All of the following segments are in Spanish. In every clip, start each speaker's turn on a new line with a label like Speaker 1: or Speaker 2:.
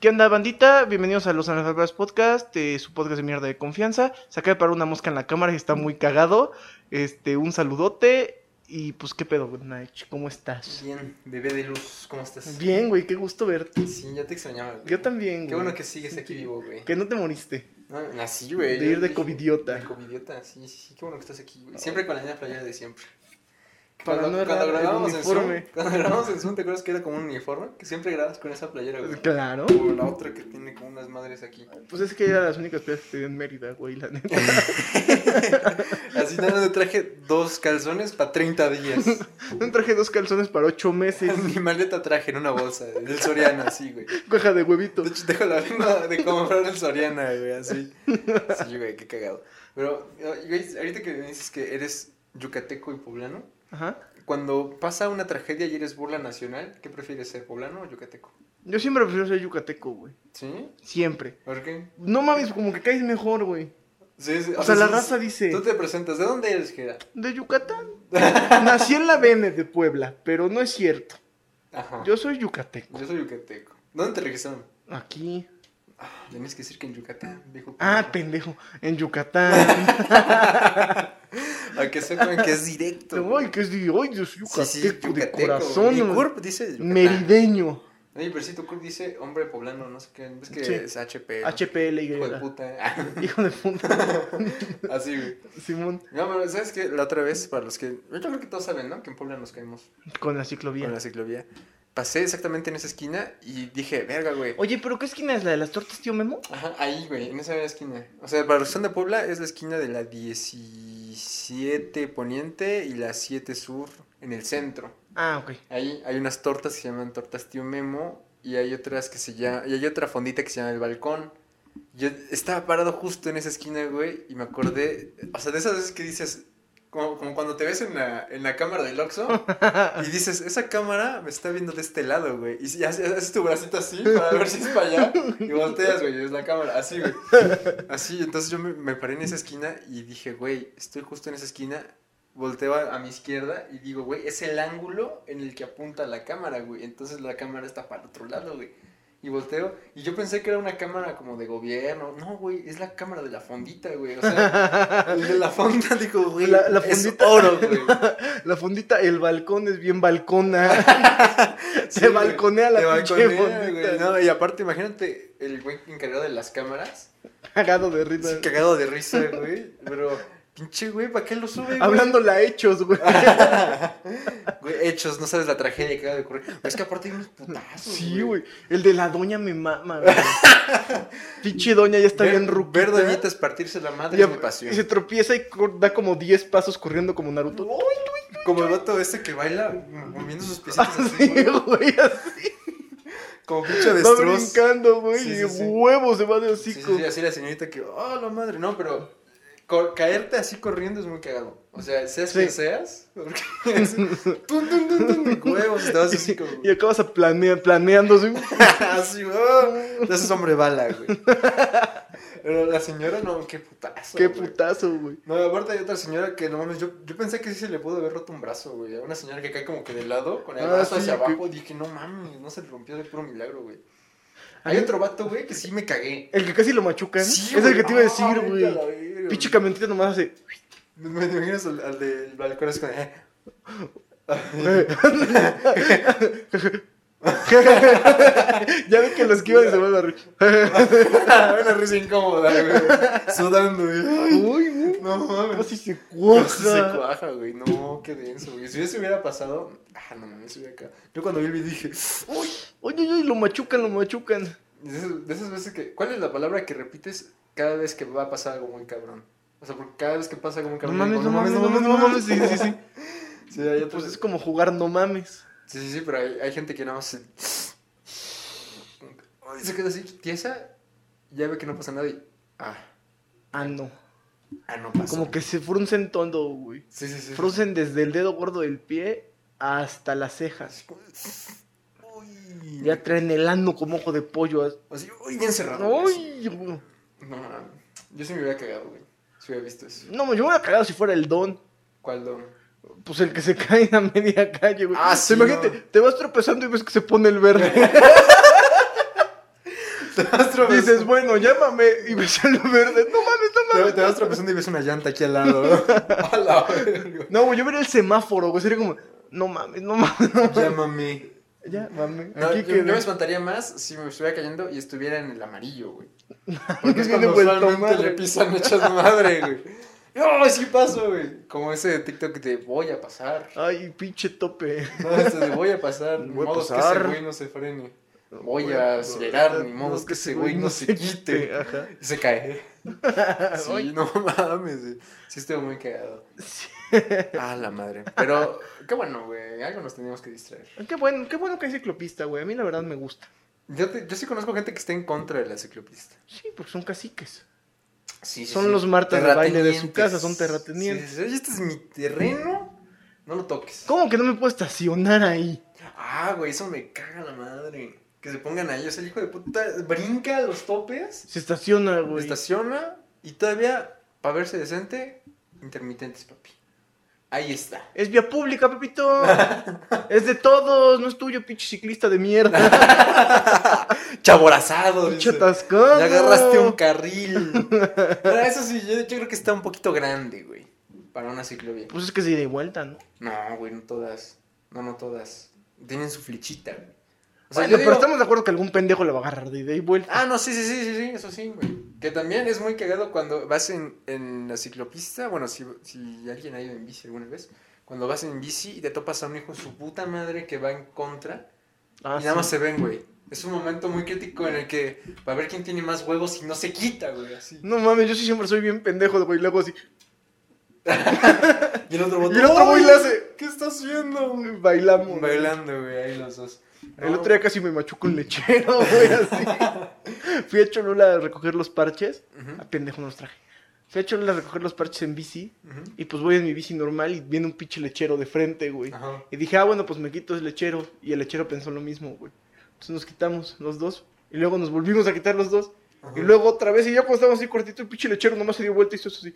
Speaker 1: ¿Qué onda, bandita? Bienvenidos a Los Analfabetas Podcast, eh, su podcast de mierda de confianza. Saca para una mosca en la cámara y está muy cagado. Este, un saludote. Y pues, ¿qué pedo, Nach? ¿Cómo estás?
Speaker 2: Bien, bebé de luz, ¿cómo estás?
Speaker 1: Bien, güey, qué gusto verte.
Speaker 2: Sí, ya te extrañaba. güey.
Speaker 1: Yo también, güey.
Speaker 2: Qué bueno que sigues aquí vivo, güey.
Speaker 1: Que no te moriste.
Speaker 2: No, así, güey.
Speaker 1: De
Speaker 2: yo
Speaker 1: ir de
Speaker 2: dije-
Speaker 1: covidiota.
Speaker 2: De covidiota, sí, sí, sí, qué bueno que estás aquí, güey. Siempre con la misma playera de siempre.
Speaker 1: Para no errar el
Speaker 2: en
Speaker 1: uniforme.
Speaker 2: Zoom, cuando grabábamos en Zoom, ¿te acuerdas que era como un uniforme? Que siempre grabas con esa playera, güey.
Speaker 1: Claro.
Speaker 2: O la otra que tiene como unas madres aquí.
Speaker 1: Pues es que eran las únicas playas que tenía en Mérida, güey, la neta.
Speaker 2: Así nada, más me traje dos calzones para 30 días.
Speaker 1: No traje dos calzones para ocho meses.
Speaker 2: Mi maleta traje en una bolsa del Soriana, así, güey.
Speaker 1: Caja de huevito.
Speaker 2: De hecho, tengo la misma de comprar el Soriana, güey, así. Sí, güey, qué cagado. Pero, güey, ahorita que me dices que eres yucateco y poblano,
Speaker 1: Ajá.
Speaker 2: cuando pasa una tragedia y eres burla nacional, ¿qué prefieres ser, poblano o yucateco?
Speaker 1: Yo siempre prefiero ser yucateco, güey.
Speaker 2: ¿Sí?
Speaker 1: Siempre.
Speaker 2: ¿Por qué?
Speaker 1: No mames, como que caes mejor, güey.
Speaker 2: Sí, sí,
Speaker 1: O sea, la
Speaker 2: sí,
Speaker 1: raza
Speaker 2: sí.
Speaker 1: dice-
Speaker 2: Tú te presentas, ¿de dónde eres, Jera?
Speaker 1: De Yucatán. Nací en la Vene de Puebla, pero no es cierto.
Speaker 2: Ajá. Yo,
Speaker 1: Yo soy yucateco.
Speaker 2: soy yucateco. ¿Dónde te regresaron?
Speaker 1: Aquí.
Speaker 2: Ah, Tenías que decir que en Yucatán, viejo.
Speaker 1: Ah, pendejo. En Yucatán.
Speaker 2: A que sepan que es directo. güey.
Speaker 1: Ay, que es de. Ay, yo soy yucateco,
Speaker 2: Sí, sí,
Speaker 1: de
Speaker 2: yucateco,
Speaker 1: corazón.
Speaker 2: güey. Mi
Speaker 1: güey.
Speaker 2: cuerpo dice Yucatán.
Speaker 1: Merideño.
Speaker 2: Oye, pero si tu club dice hombre poblano, no sé qué, es que
Speaker 1: Sí.
Speaker 2: es HP. ¿no?
Speaker 1: HPL y.
Speaker 2: Hijo de puta. ¿eh?
Speaker 1: Hijo de puta.
Speaker 2: Así, güey.
Speaker 1: Simón.
Speaker 2: No, pero ¿sabes qué? La otra vez, para los que. Yo creo que todos saben, ¿no? Que en Puebla nos caímos
Speaker 1: Con la ciclovía.
Speaker 2: con la ciclovía. Pasé exactamente en esa esquina y dije, verga, güey.
Speaker 1: Oye, pero ¿qué esquina es la de las tortas, tío Memo?
Speaker 2: Ajá, ahí, güey, en esa esquina. O sea, para los que son de Puebla, es la esquina de la 17 poniente y la 7 sur, en el centro.
Speaker 1: Ah, ok.
Speaker 2: Ahí hay unas tortas que se llaman tortas tío Memo y hay otras que se llama y hay otra fondita que se llama el balcón. Yo estaba parado justo en esa esquina, güey, y me acordé, o sea, de esas veces que dices como, como cuando te ves en la, en la cámara del Oxxo y dices, esa cámara me está viendo de este lado, güey. Y si haces, haces tu bracito así para ver si es para allá y volteas, güey, y es la cámara, así, güey. Así, entonces yo me, me paré en esa esquina y dije, güey, estoy justo en esa esquina, volteo a, a mi izquierda y digo, güey, es el ángulo en el que apunta la cámara, güey. Entonces la cámara está para el otro lado, güey. Y volteo, y yo pensé que era una cámara como de gobierno. No, güey, es la cámara de la fondita, güey. O sea, el de la fonda, digo, güey,
Speaker 1: La- la
Speaker 2: es
Speaker 1: fondita.
Speaker 2: oro, güey.
Speaker 1: La fondita, el balcón es bien balcona.
Speaker 2: Sí,
Speaker 1: Se
Speaker 2: güey,
Speaker 1: balconea la
Speaker 2: te
Speaker 1: pinche
Speaker 2: balconea,
Speaker 1: fondita.
Speaker 2: güey. No, y aparte, imagínate el güey encargado de las cámaras.
Speaker 1: Cagado de risa.
Speaker 2: Sí, cagado de risa, güey. Pero, pinche güey, ¿para qué lo sube, güey?
Speaker 1: Hablando la hechos, güey.
Speaker 2: Güey, hechos, no sabes la tragedia que acaba de ocurrir. Pero es que aparte hay unos putazos.
Speaker 1: Sí, güey. El de la doña me mama, güey. Pinche doña ya está
Speaker 2: Ver-
Speaker 1: bien ruquita.
Speaker 2: Ver doñitas partirse la madre
Speaker 1: Ya-
Speaker 2: es mi pasión.
Speaker 1: y se tropieza y cor- da como 10 pasos corriendo como Naruto.
Speaker 2: Como el vato este que baila moviendo sus piecitos así.
Speaker 1: Así,
Speaker 2: güey.
Speaker 1: Ah, güey, así
Speaker 2: Como pinche
Speaker 1: va
Speaker 2: destroz.
Speaker 1: brincando, güey.
Speaker 2: Sí,
Speaker 1: y
Speaker 2: sí, sí.
Speaker 1: huevo se va de
Speaker 2: Sí, sí,
Speaker 1: hocico.
Speaker 2: sí, así la señorita que, oh, la madre. No, pero eh, co- caerte así corriendo es muy cagado. O sea, seas
Speaker 1: Sí.
Speaker 2: quien seas. Porque es tun, tun, tun, tun, de huevos y te vas así como.
Speaker 1: Y acabas a planear, planeando, así.
Speaker 2: así, oh, te haces hombre bala, güey. Pero la señora, no, qué putazo.
Speaker 1: Qué
Speaker 2: güey.
Speaker 1: putazo, güey.
Speaker 2: No, aparte hay otra señora que no mames, yo, yo pensé que sí se le pudo haber roto un brazo, güey. Una señora que cae como que de lado, con el
Speaker 1: Ah,
Speaker 2: brazo
Speaker 1: sí,
Speaker 2: hacia
Speaker 1: que-
Speaker 2: abajo, dije, no mames, no se le rompió de puro milagro, güey.
Speaker 1: A
Speaker 2: Hay
Speaker 1: mí-
Speaker 2: otro vato, güey, que sí me cagué.
Speaker 1: El que casi lo machucan.
Speaker 2: Sí,
Speaker 1: es el
Speaker 2: güey,
Speaker 1: que te iba a
Speaker 2: ah,
Speaker 1: decir,
Speaker 2: vete a la
Speaker 1: güey.
Speaker 2: verga, güey.
Speaker 1: Pinche camentita nomás hace.
Speaker 2: Me me imaginas al, al del balcón así con. eh.
Speaker 1: ya ve que lo esquivan y se vuelve a reír.
Speaker 2: "Ah, Una risa incómoda, güey. Sudando, güey.
Speaker 1: Uy, güey.
Speaker 2: No mames.
Speaker 1: Casi se
Speaker 2: Casi se
Speaker 1: cuaja.
Speaker 2: cuaja, güey. No, qué denso, güey. Si eso hubiera pasado. Ah, no mames, hubiera acá. Yo cuando vi el video dije. Uy.
Speaker 1: Oye, oye, lo machucan, lo machucan.
Speaker 2: De esas, de esas veces que. ¿Cuál es la palabra que repites cada vez que va a pasar algo muy cabrón? O sea, porque cada vez que pasa algo muy
Speaker 1: No
Speaker 2: cabrón.
Speaker 1: mames,
Speaker 2: digo,
Speaker 1: no mames, no mames, no mames. Sí, sí, sí.
Speaker 2: Sí, hay
Speaker 1: Pues
Speaker 2: otros-
Speaker 1: es como jugar no mames.
Speaker 2: sí, sí, sí, pero hay, hay gente que nada más se. Ay, se queda así, tiesa. Ya ve que no pasa nada y. Ah,
Speaker 1: Ah, no.
Speaker 2: ah, no pasa.
Speaker 1: Como que se fruncen todo, güey.
Speaker 2: Sí, sí, sí.
Speaker 1: Fruncen desde el dedo gordo del pie hasta las cejas.
Speaker 2: Así como- Uy.
Speaker 1: Ya traen el ano como ojo de pollo. as-
Speaker 2: Así, uy, bien cerrado. güey, así.
Speaker 1: Ay, güey.
Speaker 2: No, mames. Yo sí me hubiera cagado, güey. Si hubiera visto eso.
Speaker 1: no, yo me hubiera cagado si fuera el don.
Speaker 2: ¿Cuál don?
Speaker 1: Pues el que se cae a media calle, güey.
Speaker 2: Ah,
Speaker 1: O sea,
Speaker 2: sí,
Speaker 1: Imagínate,
Speaker 2: no.
Speaker 1: te vas tropezando y ves que se pone el verde.
Speaker 2: Te vas
Speaker 1: Dices,
Speaker 2: tropezando.
Speaker 1: bueno, llámame. Y me sale verde. No mames, no
Speaker 2: Te,
Speaker 1: mames.
Speaker 2: te vas tropezando y ves una llanta aquí al lado. ¿no? A la verga.
Speaker 1: No, güey, yo vería el semáforo, güey. Sería como, no mames, no mames. No mames.
Speaker 2: Llámame.
Speaker 1: Ya, mames.
Speaker 2: No,
Speaker 1: aquí
Speaker 2: yo,
Speaker 1: quedé.
Speaker 2: yo me espantaría más si me estuviera cayendo y estuviera en el amarillo, güey.
Speaker 1: Viene
Speaker 2: Porque es cuando
Speaker 1: vuelto
Speaker 2: usualmente
Speaker 1: madre.
Speaker 2: le pisan hechas madre, güey. No, sí paso, güey. Como ese de TikTok que te voy a pasar.
Speaker 1: Ay, pinche tope.
Speaker 2: No, ese de voy a pasar. Ni
Speaker 1: Voy a
Speaker 2: modo que ese
Speaker 1: pasar.
Speaker 2: güey no se frene. Voy a acelerar, ni modo que ese güey no se quite.
Speaker 1: Ajá.
Speaker 2: Y se cae.
Speaker 1: Ay.
Speaker 2: Sí, no mames, güey. Sí estuvo muy cagado.
Speaker 1: Sí.
Speaker 2: Ah, la madre. Pero qué bueno, güey. Algo nos teníamos que distraer.
Speaker 1: Qué bueno, qué bueno que hay ciclopista, güey. A mí la verdad me gusta.
Speaker 2: Yo, te- yo sí conozco gente que está en contra de la ciclopista.
Speaker 1: Sí, porque son caciques.
Speaker 2: Sí, sí,
Speaker 1: Son
Speaker 2: sí.
Speaker 1: los martas de baile de su
Speaker 2: Terratenientes.
Speaker 1: casa, son terratenientes.
Speaker 2: Sí, sí, sí. Oye, este es mi terreno, no lo toques.
Speaker 1: ¿Cómo que no me puedo estacionar ahí?
Speaker 2: Ah, güey, eso me caga la madre. Que se pongan ahí, o sea, el hijo de puta brinca a los topes,
Speaker 1: Se estaciona, güey.
Speaker 2: estaciona y todavía, para verse decente, intermitentes, papi. Ahí está.
Speaker 1: Es vía pública, Pepito. es de todos, no es tuyo, pinche ciclista de mierda.
Speaker 2: Chaborazado,
Speaker 1: pinche
Speaker 2: dice.
Speaker 1: atascado.
Speaker 2: Ya agarraste un carril. Pero eso sí, yo, yo creo que está un poquito grande, güey, para una ciclovía.
Speaker 1: Pues es que se de vuelta, ¿no?
Speaker 2: No, güey, no todas. No, no todas. Tienen su flechita, güey. O sea,
Speaker 1: Bueno,
Speaker 2: yo
Speaker 1: pero
Speaker 2: digo-
Speaker 1: estamos de acuerdo que algún pendejo le va a agarrar de ida y vuelta.
Speaker 2: Ah, no, sí, sí, sí, sí, sí, eso sí, güey. Que también es muy cagado cuando vas en, en la ciclopista. Bueno, si, si alguien ha ido en bici alguna vez. Cuando vas en bici y te topas a un hijo de su puta madre que va en contra.
Speaker 1: Ah,
Speaker 2: y nada
Speaker 1: sí.
Speaker 2: más se ven, güey. Es un momento muy crítico en el que va a ver quién tiene más huevos y no se quita, güey, así.
Speaker 1: No mames, yo sí siempre soy bien pendejo, güey. Y luego así,
Speaker 2: Y el otro
Speaker 1: Y el otro güey le
Speaker 2: "Ay,
Speaker 1: hace-
Speaker 2: ¿Qué estás haciendo, güey?
Speaker 1: bailamos.
Speaker 2: Bailando, güey, ahí los dos.
Speaker 1: El
Speaker 2: No,
Speaker 1: otro día casi me machuco un lechero, güey, así. Fui a Cholula a recoger los parches.
Speaker 2: Ujú,
Speaker 1: Ah, pendejo, no los traje. Fui a Cholula a recoger los parches en bici.
Speaker 2: ujú.
Speaker 1: Y pues voy en mi bici normal y viene un pinche lechero de frente, güey.
Speaker 2: Ajá.
Speaker 1: Y dije, ah, bueno, pues me quito el lechero. Y el lechero pensó lo mismo, güey. Entonces nos quitamos los dos. Y luego nos volvimos a quitar los dos.
Speaker 2: Ajá.
Speaker 1: Y luego otra vez, y ya cuando estábamos así cortito, el pinche lechero nomás se dio vuelta y hizo eso así.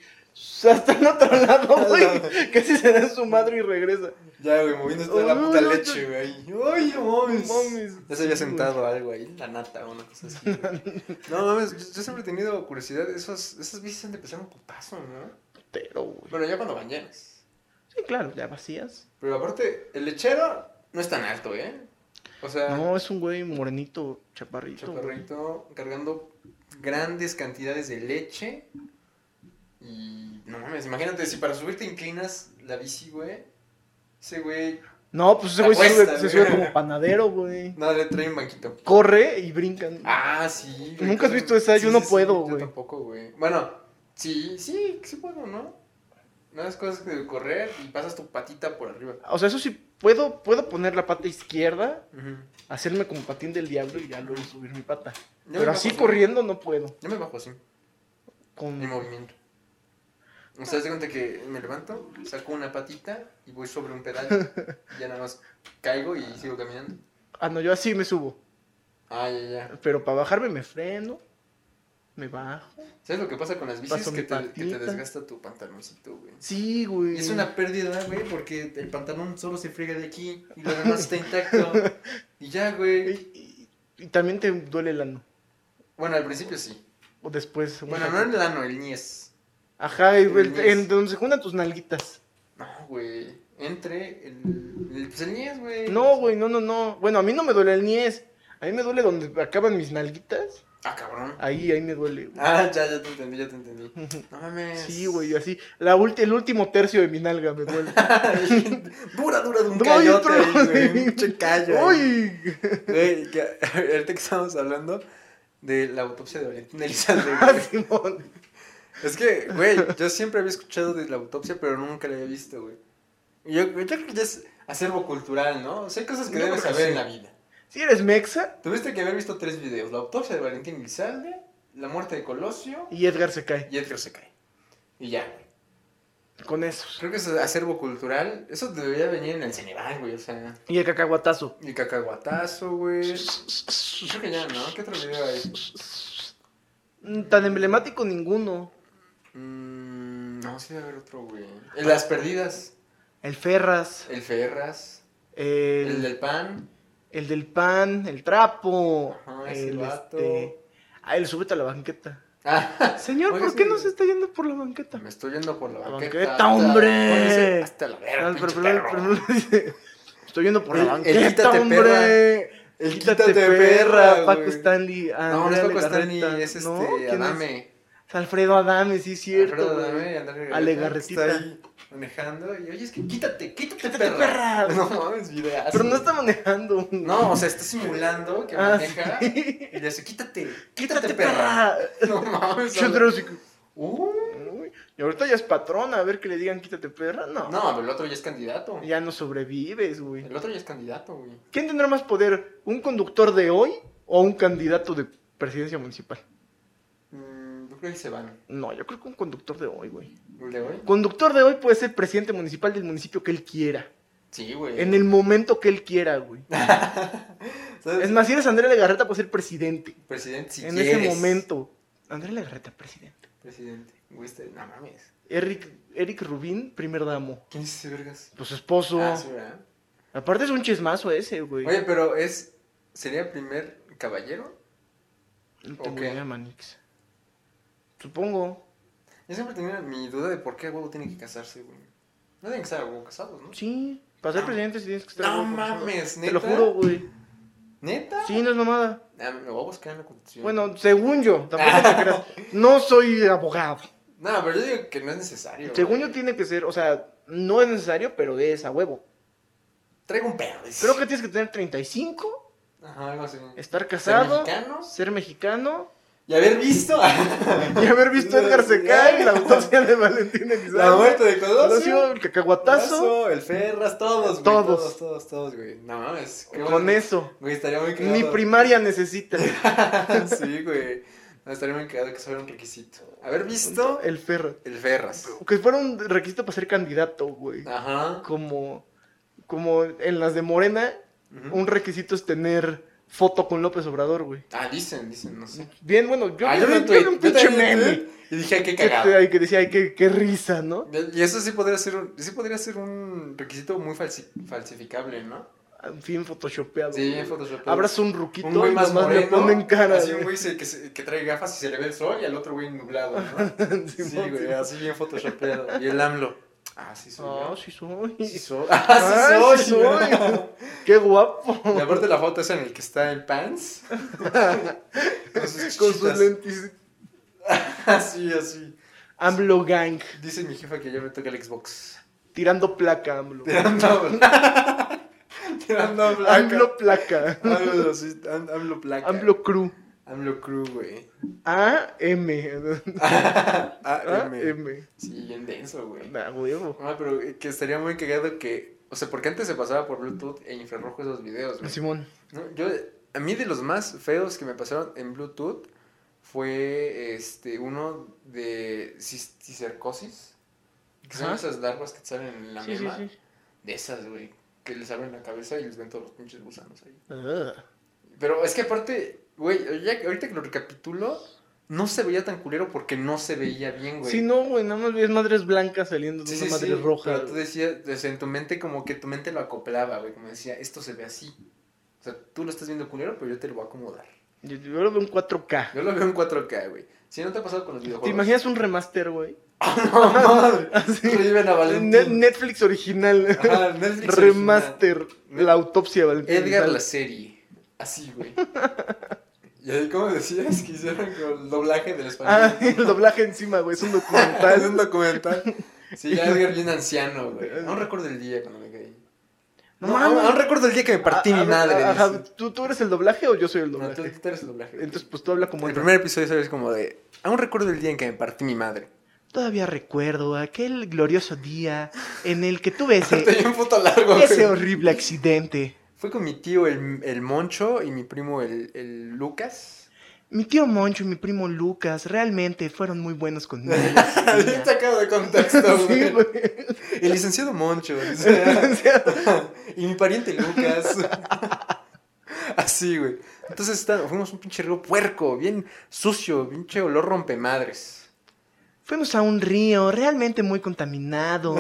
Speaker 1: Hasta el otro lado, güey. Casi se da en su madre y regresa.
Speaker 2: Ya, güey, moviendo toda la
Speaker 1: Uy,
Speaker 2: puta
Speaker 1: no,
Speaker 2: leche, güey. Ay, no mames.
Speaker 1: Mames.
Speaker 2: Ya se había
Speaker 1: Sí, güey.
Speaker 2: sentado algo ahí, la nata o una cosa así. güey. No mames, yo, yo siempre he tenido curiosidad. Esos, esas bicis han de pesar un putazo, ¿no?
Speaker 1: Pero, güey.
Speaker 2: Bueno, ya cuando van llenas.
Speaker 1: Sí, claro, ya vacías.
Speaker 2: Pero aparte, el lechero no es tan alto, ¿eh? O sea,
Speaker 1: No, es un güey morenito, chaparrito. güey.
Speaker 2: chaparrito cargando grandes cantidades de leche. Y no mames, imagínate, si para subirte inclinas la bici, güey. Ese güey.
Speaker 1: No, pues ese güey se
Speaker 2: Acuesta,
Speaker 1: sube, se
Speaker 2: güey.
Speaker 1: sube como panadero, güey.
Speaker 2: Nada, le trae un banquito.
Speaker 1: Corre y brincan.
Speaker 2: Ah, sí. güey.
Speaker 1: ¿Nunca has visto esa? Yo no puedo,
Speaker 2: Yo
Speaker 1: güey.
Speaker 2: tampoco, güey. Bueno, sí, sí, sí puedo, ¿no? No es cosas que correr y pasas tu patita por arriba.
Speaker 1: O sea, eso sí, puedo, puedo poner la pata izquierda, hacerme como patín del diablo y ya luego subir mi pata.
Speaker 2: Yo me
Speaker 1: Pero así
Speaker 2: bajo
Speaker 1: corriendo no puedo.
Speaker 2: Yo me bajo así, en
Speaker 1: Con...
Speaker 2: movimiento. O sea, haz de cuenta que me levanto, saco una patita y voy sobre un pedal. y ya nada más caigo y sigo caminando.
Speaker 1: Ah, no, yo así me subo.
Speaker 2: Ah, ya, ya.
Speaker 1: Pero para bajarme me freno, me bajo.
Speaker 2: ¿Sabes lo que pasa con las bicis?
Speaker 1: Paso mi
Speaker 2: Que te, que te
Speaker 1: patita.
Speaker 2: desgasta tu pantaloncito, güey.
Speaker 1: Sí,
Speaker 2: Y
Speaker 1: güey.
Speaker 2: Es una pérdida, güey, porque el pantalón solo se friega de aquí y lo demás está intacto. Y ya,
Speaker 1: Y,
Speaker 2: güey.
Speaker 1: y- y también te duele el ano.
Speaker 2: Bueno, al principio sí.
Speaker 1: O después.
Speaker 2: Bueno, no el ano, el niés.
Speaker 1: Ajá, y
Speaker 2: el
Speaker 1: el-
Speaker 2: niés.
Speaker 1: en donde se juntan tus nalguitas.
Speaker 2: No, güey. Entre el. el pues el niés, güey.
Speaker 1: No, güey, no, no, no. Bueno, a mí no me duele el niés. A mí me duele donde acaban mis nalguitas.
Speaker 2: Ah, cabrón.
Speaker 1: Ahí, ahí me duele. güey.
Speaker 2: Ah, ya, ya te entendí, ya te entendí. No mames.
Speaker 1: Sí, güey, así. La ulti- el último tercio de mi nalga me duele.
Speaker 2: dura, dura de un
Speaker 1: No,
Speaker 2: cayote
Speaker 1: yo
Speaker 2: ahí,
Speaker 1: otro-
Speaker 2: güey. Un che callo. ahí.
Speaker 1: ¡Uy!
Speaker 2: Güey, que, ahorita que estábamos hablando de la autopsia de Valentín Elizalde,
Speaker 1: Ah,
Speaker 2: güey.
Speaker 1: Simón.
Speaker 2: Es que, güey, yo siempre había escuchado de la autopsia, pero nunca la había visto, güey. Y Yo, yo creo que ya es acervo cultural, ¿no? O sea, hay cosas que
Speaker 1: Yo
Speaker 2: debes
Speaker 1: creo que
Speaker 2: saber en
Speaker 1: sí.
Speaker 2: la vida.
Speaker 1: Si eres mexa
Speaker 2: Tuviste que haber visto tres videos: la autopsia de Valentín Elizalde, la muerte de Colosio
Speaker 1: y Edgar se cae.
Speaker 2: y Edgar se cae. Y ya, güey.
Speaker 1: Con esos.
Speaker 2: Creo que ese acervo cultural, eso debería venir en el Ceneval, güey, o sea.
Speaker 1: Y el cacahuatazo.
Speaker 2: Y cacahuatazo, güey. Creo que ya, ¿no? ¿Qué otro video hay?
Speaker 1: Mm, Tan emblemático ninguno.
Speaker 2: Mm, no, sí debe haber otro, güey.
Speaker 1: Ah.
Speaker 2: El Las Perdidas,
Speaker 1: El Ferras,
Speaker 2: el Ferras, el
Speaker 1: el,
Speaker 2: del pan.
Speaker 1: el del pan, el trapo,
Speaker 2: Ajá, ese
Speaker 1: el,
Speaker 2: vato.
Speaker 1: este, A él, súbete a la banqueta.
Speaker 2: Ah,
Speaker 1: Señor,
Speaker 2: Oye,
Speaker 1: ¿por qué
Speaker 2: sí.
Speaker 1: no se está yendo por la banqueta?
Speaker 2: me estoy yendo por la
Speaker 1: La
Speaker 2: banqueta.
Speaker 1: banqueta,
Speaker 2: hasta-
Speaker 1: hombre.
Speaker 2: Oye, Hasta la verga,
Speaker 1: Ah, pero
Speaker 2: pinche
Speaker 1: primero-
Speaker 2: perro.
Speaker 1: primero le dice, Estoy yendo por la
Speaker 2: El- el
Speaker 1: banqueta,
Speaker 2: quítate,
Speaker 1: hombre.
Speaker 2: El
Speaker 1: Paco
Speaker 2: güey.
Speaker 1: Stanley.
Speaker 2: No, no es
Speaker 1: Andrea
Speaker 2: Paco Stanley,
Speaker 1: Legarreta.
Speaker 2: es este,
Speaker 1: ¿No? ¿Quién es?
Speaker 2: Adame.
Speaker 1: Es Alfredo Adame, sí, es cierto.
Speaker 2: Alfredo
Speaker 1: güey.
Speaker 2: Adame y Andrea
Speaker 1: Ale
Speaker 2: Legarreta, que
Speaker 1: Garretita.
Speaker 2: Está ahí manejando y, oye, es que quítate, quítate,
Speaker 1: Quítate,
Speaker 2: perra.
Speaker 1: perra.
Speaker 2: No mames, videazo.
Speaker 1: Pero no está manejando.
Speaker 2: No, o sea, está simulando que
Speaker 1: Ah,
Speaker 2: maneja
Speaker 1: sí.
Speaker 2: y le dice, quítate, quítate,
Speaker 1: Quítate,
Speaker 2: perra.
Speaker 1: perra.
Speaker 2: No mames.
Speaker 1: Yo
Speaker 2: Ale-
Speaker 1: creo sí que-
Speaker 2: Uh,
Speaker 1: Uy, Y ahorita ya es patrona, a ver que le digan quítate perra, no.
Speaker 2: no, pero el otro ya es candidato.
Speaker 1: Ya no sobrevives, güey.
Speaker 2: El otro ya es candidato, güey.
Speaker 1: ¿Quién tendrá más poder, un conductor de hoy o un candidato de presidencia municipal?
Speaker 2: Mm, yo creo que se van.
Speaker 1: No, yo creo que un conductor de hoy, güey.
Speaker 2: ¿El de hoy?
Speaker 1: Conductor de hoy puede ser presidente municipal del municipio que él quiera.
Speaker 2: Sí, güey.
Speaker 1: En el momento que él quiera, güey.
Speaker 2: ¿Sabes?
Speaker 1: Es más, si eres Andrés Legarreta, puedes ser presidente.
Speaker 2: Presidente, si
Speaker 1: en ese
Speaker 2: quieres.
Speaker 1: momento. Andrés Legarreta, presidente.
Speaker 2: Presidente. Güey, este- no mames.
Speaker 1: Eric, Eric Rubín, primer damo.
Speaker 2: ¿Quién es ese vergas?
Speaker 1: Pues esposo.
Speaker 2: Ah, sí, ¿verdad?
Speaker 1: Aparte es un chismazo ese, güey.
Speaker 2: Oye, pero es. ¿Sería primer caballero?
Speaker 1: No tengo
Speaker 2: ok.
Speaker 1: idea, Manix. Supongo.
Speaker 2: Yo siempre tenía mi duda de por qué huevo tiene que casarse, güey. No tienen que estar a huevo casados, ¿no?
Speaker 1: Sí. Para ser
Speaker 2: No.
Speaker 1: presidente sí tienes que estar.
Speaker 2: Ah. No
Speaker 1: guapo,
Speaker 2: mames,
Speaker 1: Te
Speaker 2: neta.
Speaker 1: lo juro, güey.
Speaker 2: ¿Neta?
Speaker 1: Sí, no es mamada.
Speaker 2: Ah, me lo voy a buscar en la constitución.
Speaker 1: Bueno, según yo, tampoco te creas. No soy abogado.
Speaker 2: No, pero yo digo que no es necesario.
Speaker 1: Según
Speaker 2: güey.
Speaker 1: yo tiene que ser, o sea, no es necesario, pero es a huevo.
Speaker 2: Traigo un perro. dice.
Speaker 1: Creo que tienes que tener 35,
Speaker 2: Ajá, algo así.
Speaker 1: estar
Speaker 2: ¿Ser
Speaker 1: casado,
Speaker 2: mexicanos?
Speaker 1: ser mexicano
Speaker 2: Y haber visto.
Speaker 1: y haber visto a Edgar Secay y la autopsia de Valentina Elizalde.
Speaker 2: la muerte de
Speaker 1: Colosio,
Speaker 2: Colosio.
Speaker 1: el cacahuatazo,
Speaker 2: Tazo, el Ferras, todos, güey.
Speaker 1: Todos.
Speaker 2: Todos, todos, todos, güey. No mames. qué
Speaker 1: con
Speaker 2: bueno.
Speaker 1: eso.
Speaker 2: Güey, estaría muy cagado.
Speaker 1: Ni primaria necesita.
Speaker 2: sí, güey. No, estaría muy cagado que eso fuera un requisito. Haber visto
Speaker 1: El Ferra.
Speaker 2: el Ferras.
Speaker 1: Que fuera un requisito para ser candidato, güey.
Speaker 2: Ajá.
Speaker 1: Como, como en las de Morena,
Speaker 2: Ujú.
Speaker 1: un requisito es tener foto con López Obrador, güey.
Speaker 2: Ah, dicen, dicen, no sé.
Speaker 1: Bien, bueno, yo,
Speaker 2: ah,
Speaker 1: yo,
Speaker 2: vi
Speaker 1: yo vi un
Speaker 2: tweet, yo
Speaker 1: pinche
Speaker 2: también ¿eh? vi un
Speaker 1: meme.
Speaker 2: tweet Y dije, "Ay, qué
Speaker 1: que,
Speaker 2: cagado.
Speaker 1: que decía, ay, qué, qué risa, ¿no?
Speaker 2: Y eso sí podría ser un, sí podría ser un requisito muy falsi- falsificable, ¿no?
Speaker 1: En fin, photoshopeado.
Speaker 2: Sí, en
Speaker 1: güey.
Speaker 2: Photoshop.
Speaker 1: Abras un ruquito
Speaker 2: un güey
Speaker 1: y
Speaker 2: más
Speaker 1: nomás
Speaker 2: moreno.
Speaker 1: le ponen cara.
Speaker 2: así un
Speaker 1: güey.
Speaker 2: güey se- que, se- que trae gafas y se le ve el sol y al otro güey nublado, ¿no? Sí,
Speaker 1: Simón,
Speaker 2: güey,
Speaker 1: Simón.
Speaker 2: así bien photoshopeado. Y el AMLO. Ah, sí soy
Speaker 1: Ah,
Speaker 2: yo.
Speaker 1: sí soy.
Speaker 2: Sí soy. Ah, sí
Speaker 1: Ah,
Speaker 2: soy.
Speaker 1: sí soy. Qué guapo.
Speaker 2: Y aparte la foto es en el que está en pants. Con sus Ah,
Speaker 1: Con sus
Speaker 2: chichitas.
Speaker 1: lentes.
Speaker 2: Así, así.
Speaker 1: AMLO Gang.
Speaker 2: Dice mi jefa que ya me toca el Xbox.
Speaker 1: Tirando placa, AMLO.
Speaker 2: Tirando Tirando placa.
Speaker 1: AMLO placa.
Speaker 2: AMLO, sí, am- AMLO placa.
Speaker 1: AMLO crew.
Speaker 2: AMLO crew, güey.
Speaker 1: A-M.
Speaker 2: AM.
Speaker 1: A-M.
Speaker 2: Sí, bien denso, güey.
Speaker 1: Nah, huevo.
Speaker 2: Ah, pero eh, que estaría muy cagado que... O sea, porque antes se pasaba por Bluetooth e infrarrojo esos videos, güey.
Speaker 1: Simón.
Speaker 2: No, yo, a mí de los más feos que me pasaron en Bluetooth fue este uno de cis- cistercosis. Que son
Speaker 1: Ajá.
Speaker 2: esas larvas que te salen en la
Speaker 1: Sí, sí,
Speaker 2: mema.
Speaker 1: sí.
Speaker 2: De esas, güey. Que les abren la cabeza y les ven todos los pinches gusanos ahí.
Speaker 1: Ah.
Speaker 2: Pero es que aparte, güey, ya que- ahorita que lo recapitulo, no se veía tan culero porque no se veía bien, güey.
Speaker 1: Sí, no, güey, nada más ves madres blancas saliendo de
Speaker 2: Sí,
Speaker 1: una
Speaker 2: sí,
Speaker 1: madre
Speaker 2: sí,
Speaker 1: roja.
Speaker 2: Pero tú decías, o sea, en tu mente, como que tu mente lo acoplaba, güey. Como decía, esto se ve así. O sea, tú lo estás viendo culero, pero yo te lo voy a acomodar.
Speaker 1: Yo, yo lo veo en 4K.
Speaker 2: Yo lo veo en 4K, güey. Si no te ha pasado con los videojuegos.
Speaker 1: ¿Te imaginas un remaster, güey?
Speaker 2: No, madre.
Speaker 1: Así.
Speaker 2: Reviven a
Speaker 1: Ne-
Speaker 2: Valentín.
Speaker 1: Netflix original.
Speaker 2: Ajá, Netflix
Speaker 1: Remaster.
Speaker 2: original.
Speaker 1: La autopsia de Valentín
Speaker 2: original. Edgar
Speaker 1: Elizalde.
Speaker 2: la serie. Así, güey. Y ahí, como decías, que hicieron con el doblaje del
Speaker 1: Ah,
Speaker 2: español.
Speaker 1: el doblaje encima, güey. Es un
Speaker 2: Es un
Speaker 1: documental.
Speaker 2: documental. Sí, ya Edgar bien anciano, güey.
Speaker 1: Eh.
Speaker 2: Aún recuerdo el día cuando me caí. No, aún, aún recuerdo el día que me partí
Speaker 1: A-
Speaker 2: mi
Speaker 1: a-
Speaker 2: madre.
Speaker 1: Ah, Ajá,
Speaker 2: dice.
Speaker 1: ¿tú, ¿Tú eres el doblaje o yo soy el
Speaker 2: No, tú,
Speaker 1: doblaje?
Speaker 2: tú eres el doblaje. güey.
Speaker 1: Entonces, pues tú habla como
Speaker 2: el
Speaker 1: Edgar.
Speaker 2: primer episodio sabes como de. Aún recuerdo el día en que me partí mi madre.
Speaker 1: Todavía recuerdo aquel glorioso día en el que tuve ese,
Speaker 2: Estoy un puto largo.
Speaker 1: ese
Speaker 2: güey.
Speaker 1: horrible accidente.
Speaker 2: Fue con mi tío el, el Moncho y mi primo el, el Lucas.
Speaker 1: Mi tío Moncho y mi primo Lucas realmente fueron muy buenos conmigo.
Speaker 2: Sacado de contexto,
Speaker 1: Sí,
Speaker 2: güey.
Speaker 1: güey.
Speaker 2: El licenciado Moncho. dice.
Speaker 1: Entonces,
Speaker 2: y mi pariente Lucas. Así, güey. Entonces está- fuimos un pinche río puerco, bien sucio, pinche olor rompemadres.
Speaker 1: Fuimos a un río realmente muy contaminado.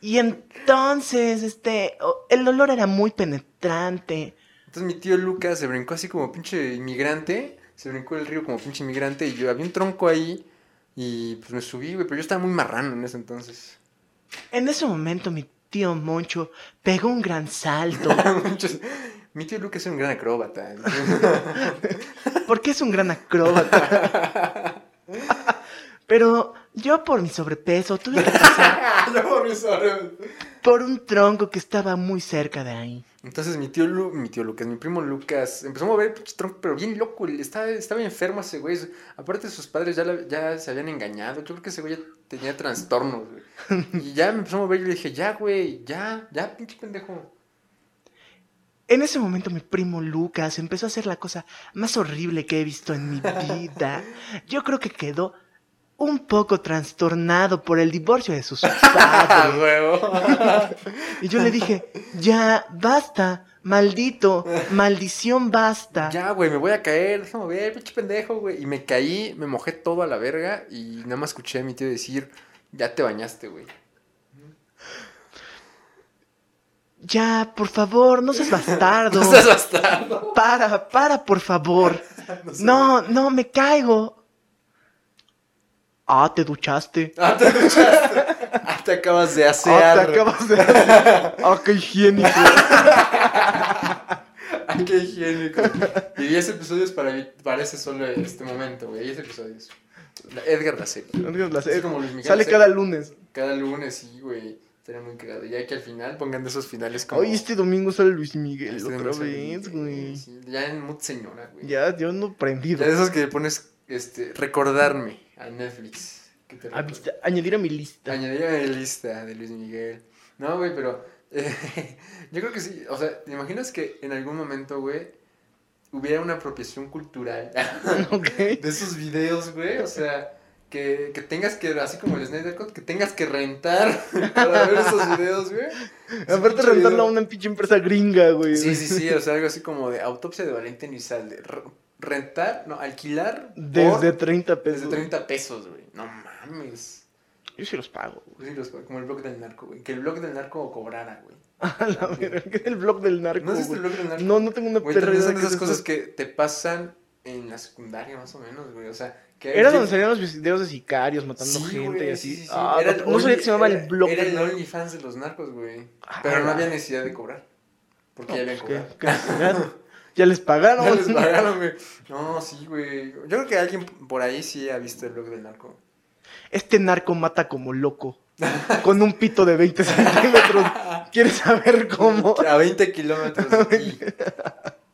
Speaker 1: Y, y entonces, este, o- el olor era muy penetrante.
Speaker 2: Entonces mi tío Lucas se brincó así como pinche inmigrante, se brincó el río como pinche inmigrante y yo había un tronco ahí y pues me subí, güey, pero yo estaba muy marrano en ese entonces.
Speaker 1: En ese momento mi tío Moncho pegó un gran salto.
Speaker 2: Muchos- mi tío Lucas es un gran acróbata.
Speaker 1: Porque es un gran acróbata. Pero yo por mi sobrepeso tuve que pasar
Speaker 2: No, mis orejas.
Speaker 1: por un tronco que estaba muy cerca de ahí.
Speaker 2: Entonces mi tío, Lu- mi tío Lucas, mi primo Lucas, empezó a mover el pinche tronco, pero bien loco, el- estaba, estaba enfermo ese güey. Su- Aparte sus padres ya, la- ya se habían engañado, yo creo que ese güey ya tenía trastornos, güey. Y ya me empezó a mover y le dije, ya, güey, ya, ya, pinche pendejo.
Speaker 1: En ese momento mi primo Lucas empezó a hacer la cosa más horrible que he visto en mi vida. Yo creo que quedó un poco trastornado por el divorcio de sus
Speaker 2: ¡Ah,
Speaker 1: padres.
Speaker 2: huevo!
Speaker 1: Y yo le dije, ya, basta, maldito, maldición, basta.
Speaker 2: ya, güey, me voy a caer, déjame ver, pinche pendejo, güey. Y me caí, me mojé todo a la verga y nada más escuché a mi tío decir, ya te bañaste, güey.
Speaker 1: Ya, por favor, no seas bastardo.
Speaker 2: No seas bastardo.
Speaker 1: Para, para, por favor. No, no, me caigo. Ah, te duchaste.
Speaker 2: Ah, te duchaste. Ah, te acabas de hacer.
Speaker 1: Ah, te acabas de... Ah, qué higiénico.
Speaker 2: Ay, qué higiénico. Y 10 episodios para, parece solo este momento, güey. 10 episodios. La- Edgar la serie. Es como Luis Miguel,
Speaker 1: Sale
Speaker 2: ¿sí?
Speaker 1: cada lunes.
Speaker 2: Cada lunes, sí, güey. Estaría muy cagado. Ya que al final pongan de esos finales como.
Speaker 1: Hoy este domingo sale Luis Miguel
Speaker 2: Este
Speaker 1: otra
Speaker 2: no sé,
Speaker 1: vez, güey.
Speaker 2: sí, ya en mood señora, güey. Ya.
Speaker 1: Ya, yo no prendido.
Speaker 2: de esos que le pones este, recordarme a Netflix. Que te
Speaker 1: A
Speaker 2: recuerde.
Speaker 1: vista- Ah, añadir a mi lista.
Speaker 2: Añadir a la lista de Luis Miguel. No, güey, pero eh, yo creo que sí. O sea, ¿te imaginas que en algún momento, güey, hubiera una apropiación cultural
Speaker 1: ok.
Speaker 2: de esos videos, güey? O sea, que, que tengas que, así como el Snyder Cut, que tengas que rentar para ver esos videos, güey.
Speaker 1: Aparte
Speaker 2: Pinche
Speaker 1: rentarla a
Speaker 2: video.
Speaker 1: una pinche empresa gringa, güey.
Speaker 2: Sí, sí, sí, o sea, algo así como de autopsia de Valentín Elizalde. R- Rentar, no, alquilar por-
Speaker 1: Desde 30 pesos.
Speaker 2: desde 30 pesos, güey. No mames.
Speaker 1: Yo sí los pago. güey.
Speaker 2: Sí, los- como el blog del narco, güey. Que el blog del narco cobrara, güey.
Speaker 1: A la verga, ¿qué es el blog del narco,
Speaker 2: ¿No has visto
Speaker 1: güey?
Speaker 2: el blog del narco?
Speaker 1: No, no tengo una
Speaker 2: Güey, también
Speaker 1: idea
Speaker 2: son
Speaker 1: qué
Speaker 2: de
Speaker 1: es
Speaker 2: esas
Speaker 1: eso.
Speaker 2: cosas que te pasan en la secundaria, más o menos, güey. O sea, que
Speaker 1: Era donde salían los videos de sicarios matando
Speaker 2: Sí,
Speaker 1: gente
Speaker 2: güey,
Speaker 1: y así.
Speaker 2: sí, sí, sí.
Speaker 1: Ah,
Speaker 2: Era
Speaker 1: no,
Speaker 2: el
Speaker 1: no sabía
Speaker 2: Only-
Speaker 1: que se llamaba
Speaker 2: era-
Speaker 1: el blog
Speaker 2: Era
Speaker 1: del
Speaker 2: el
Speaker 1: narco.
Speaker 2: OnlyFans de los narcos, güey.
Speaker 1: Ah,
Speaker 2: Pero no
Speaker 1: la-
Speaker 2: había necesidad de cobrar. Porque ya habían
Speaker 1: Pues, ¿qué?
Speaker 2: cobrado.
Speaker 1: ¿Qué necesidad? Ya les pagaron.
Speaker 2: Ya les pagaron, güey. No, sí, güey. Yo creo que alguien por ahí sí ha visto el blog del narco.
Speaker 1: Este narco mata como loco. Con un pito de 20 centímetros. ¿Quieres saber cómo?
Speaker 2: A 20 kilómetros y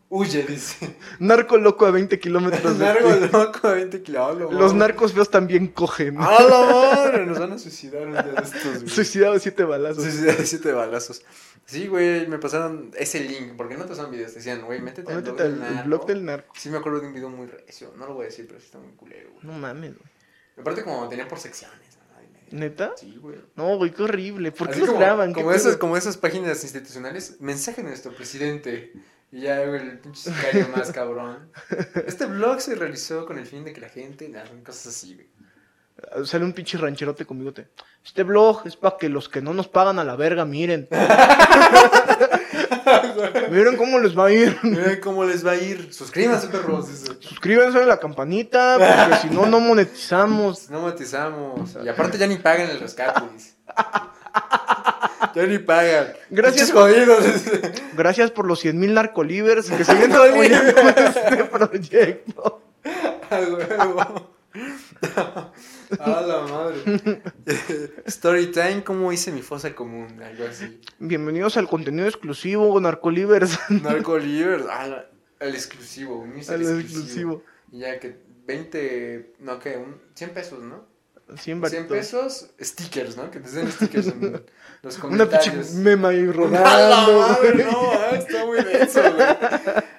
Speaker 2: huye, dice.
Speaker 1: Narco loco a 20 kilómetros. de
Speaker 2: Narco
Speaker 1: ti.
Speaker 2: loco Ah, a Ah, 20 kilómetros.
Speaker 1: Los narcos feos también cogen.
Speaker 2: ¡A la madre! Nos van a suicidar un día de estos, güey.
Speaker 1: Suicidado de siete balazos.
Speaker 2: Suicidar de siete balazos. Sí, güey, me pasaron ese link, porque no te pasaban videos, te decían, güey, métete,
Speaker 1: Métete al al
Speaker 2: narco.
Speaker 1: blog del narco.
Speaker 2: Sí me acuerdo de un video muy recio, no lo voy a decir, pero sí está muy culero, güey.
Speaker 1: No mames, güey.
Speaker 2: Aparte como tenía por secciones, ¿no? Ay, me-
Speaker 1: ¿Neta?
Speaker 2: Sí, güey.
Speaker 1: No, güey, qué horrible. ¿Por qué
Speaker 2: Así
Speaker 1: los
Speaker 2: como,
Speaker 1: graban? ¿Qué
Speaker 2: Como
Speaker 1: pedo?
Speaker 2: esas, como esas páginas institucionales, mensaje a nuestro presidente. Y ya, güey, el pinche sicario más cabrón. Este blog se realizó con el fin de que la gente, nah, cosas así, güey.
Speaker 1: Ah, Sale un pinche rancherote con bigote. Este blog es para que los que no nos pagan a la verga miren. Miren cómo les va a ir.
Speaker 2: Miren cómo les va a ir. Suscríbanse, perros, dice.
Speaker 1: Suscríbanse a la campanita, porque si no, no monetizamos.
Speaker 2: No matizamos. Y aparte ya ni pagan el rescate. dice. ya ni pagan.
Speaker 1: Gracias.
Speaker 2: Pinches jodidos.
Speaker 1: Gracias por los 100 mil narcolivers que siguen apoyando este proyecto.
Speaker 2: A huevo. A la madre. Eh, Story time, ¿cómo hice mi fosa común? Algo así.
Speaker 1: Bienvenidos al contenido exclusivo, narcolivers.
Speaker 2: Narco Liver. a la- Al exclusivo. unirse
Speaker 1: Al exclusivo.
Speaker 2: Y ya que 20, no, que un 100 pesos, ¿no?
Speaker 1: 100
Speaker 2: 100
Speaker 1: varitos.
Speaker 2: pesos, stickers, ¿no? Que te den stickers en los
Speaker 1: Una pinche
Speaker 2: comentarios.
Speaker 1: mema ahí
Speaker 2: ¡A
Speaker 1: rodando.
Speaker 2: la madre,
Speaker 1: güey.
Speaker 2: no! ah, Está muy denso, güey.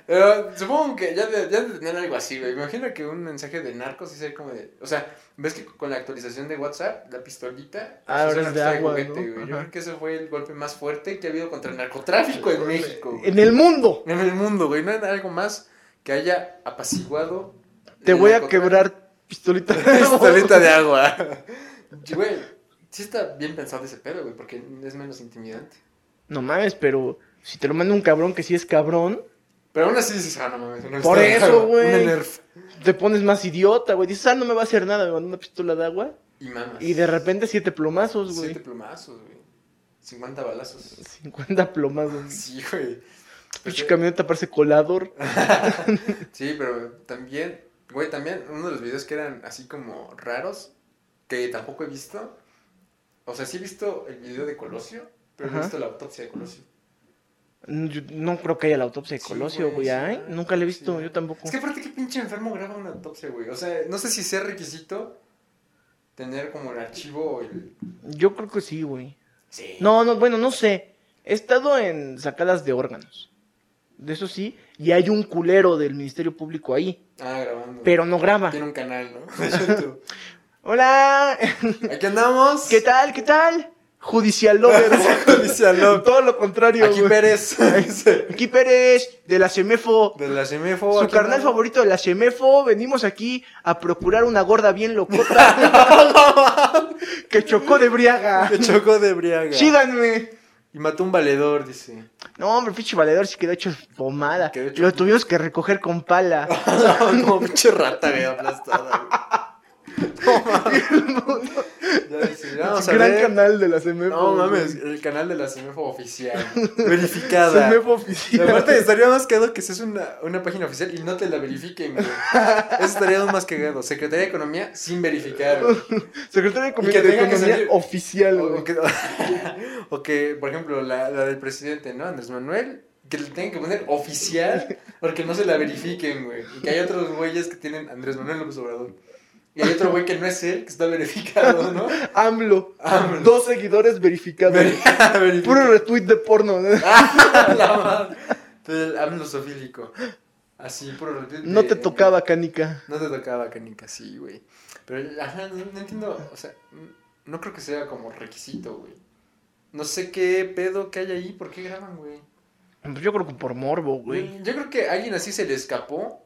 Speaker 2: Pero supongo que ya de, ya de tener algo así, güey. Me imagino que un mensaje de narcos sí sería como de. O sea, ves que con la actualización de WhatsApp, la pistolita.
Speaker 1: Ah,
Speaker 2: pues,
Speaker 1: ahora
Speaker 2: una
Speaker 1: es de
Speaker 2: pistola
Speaker 1: agua,
Speaker 2: juguete,
Speaker 1: ¿no?
Speaker 2: güey. Yo
Speaker 1: Ajá.
Speaker 2: creo que ese fue el golpe más fuerte que ha habido contra el narcotráfico en México. güey.
Speaker 1: En el mundo.
Speaker 2: En el mundo, güey. No hay algo más que haya apaciguado.
Speaker 1: Te
Speaker 2: el
Speaker 1: voy a
Speaker 2: narcotráfico.
Speaker 1: quebrar pistolita.
Speaker 2: Pistolita de agua. Güey, sí está bien pensado ese pedo, güey, porque es menos intimidante.
Speaker 1: No mames, pero si te lo manda un cabrón que sí es cabrón,
Speaker 2: Pero aún así dices, ah, no mames. una
Speaker 1: Por
Speaker 2: pistola de
Speaker 1: eso,
Speaker 2: agua,
Speaker 1: güey.
Speaker 2: Una nerf.
Speaker 1: Te pones más idiota, güey. Dices, ah, no me va a hacer nada, me mandó una pistola de agua.
Speaker 2: Y mamas.
Speaker 1: Y de repente siete plomazos, güey.
Speaker 2: Siete plomazos, güey. 50 balazos.
Speaker 1: 50 plomazos.
Speaker 2: Sí, güey.
Speaker 1: Pinche
Speaker 2: Pero-
Speaker 1: camioneta parece colador.
Speaker 2: sí, pero también, güey, también uno de los videos que eran así como raros, que tampoco he visto. O sea, sí he visto el video de Colosio, pero no he
Speaker 1: Ajá.
Speaker 2: visto la autopsia de Colosio.
Speaker 1: No, Mm, yo no creo que haya la autopsia de
Speaker 2: Sí,
Speaker 1: Colosio,
Speaker 2: güey,
Speaker 1: güey.
Speaker 2: sí,
Speaker 1: Ay,
Speaker 2: güey.
Speaker 1: nunca la he visto,
Speaker 2: Sí.
Speaker 1: yo tampoco.
Speaker 2: Es que aparte, ¿qué pinche enfermo graba una autopsia, güey? O sea, no sé si sea requisito tener como el archivo o el...
Speaker 1: Yo creo que sí, güey.
Speaker 2: Sí.
Speaker 1: No, no, bueno, no sé. He estado en sacadas de órganos. De eso sí. Y hay un culero del Ministerio Público ahí.
Speaker 2: Ah, grabando.
Speaker 1: Pero no graba.
Speaker 2: Tiene un canal, ¿no? De YouTube.
Speaker 1: Hola.
Speaker 2: Aquí andamos.
Speaker 1: ¿Qué tal? ¿Qué tal? Judicial Lover.
Speaker 2: Judicial Lover.
Speaker 1: Todo lo contrario,
Speaker 2: Aquí
Speaker 1: güey.
Speaker 2: Pérez. de
Speaker 1: Aquí Pérez, de la Semefo.
Speaker 2: la CMFO.
Speaker 1: Su
Speaker 2: Oh, aquí
Speaker 1: carnal
Speaker 2: andamos.
Speaker 1: favorito de la Semefo. Venimos aquí a procurar una gorda bien locota que chocó de briaga.
Speaker 2: Que chocó de Briaga.
Speaker 1: Síganme.
Speaker 2: Y mató un valedor, dice.
Speaker 1: No, hombre, pinche valedor sí quedó hecho pomada.
Speaker 2: Quedó hecho-
Speaker 1: Lo tuvimos que recoger con pala.
Speaker 2: Como pinche rata, güey, aplastada. güey. Ya dice, vamos a
Speaker 1: Gran
Speaker 2: ver.
Speaker 1: canal de la CMF.
Speaker 2: No mames,
Speaker 1: güey.
Speaker 2: el canal de la CMFO oficial. Verificada.
Speaker 1: CMF
Speaker 2: Y
Speaker 1: oficial.
Speaker 2: aparte estaría más cagado que seas una, una página oficial y no te la verifiquen, güey. Eso estaría aún más cagado. Secretaría de Economía sin verificar. güey.
Speaker 1: Secretario de Comi-
Speaker 2: que
Speaker 1: de
Speaker 2: tenga que
Speaker 1: Economía
Speaker 2: salir- Oh,
Speaker 1: oficial,
Speaker 2: O,
Speaker 1: güey.
Speaker 2: o que, o que, por ejemplo, la, la del presidente, ¿no? Andrés Manuel, que le tengan que poner oficial porque no se la verifiquen, güey. Y que hay otros güeyes que tienen Andrés Manuel López Obrador. Y hay otro güey que no es él, que está verificado, ¿no?
Speaker 1: AMLO.
Speaker 2: AMLO.
Speaker 1: Dos seguidores verificados.
Speaker 2: Ver- verifica.
Speaker 1: Puro retweet de porno. ¿no?
Speaker 2: Ah, la madre. Del AMLO sofílico. Así, puro repente.
Speaker 1: No te tocaba, canica.
Speaker 2: No te tocaba canica, sí, güey. Pero, ajá, no, no entiendo, o sea, n- no creo que sea como requisito, güey. No sé qué pedo que hay ahí, ¿por qué graban, güey?
Speaker 1: Pues Yo creo que por morbo, güey.
Speaker 2: Yo creo que a alguien así se le escapó.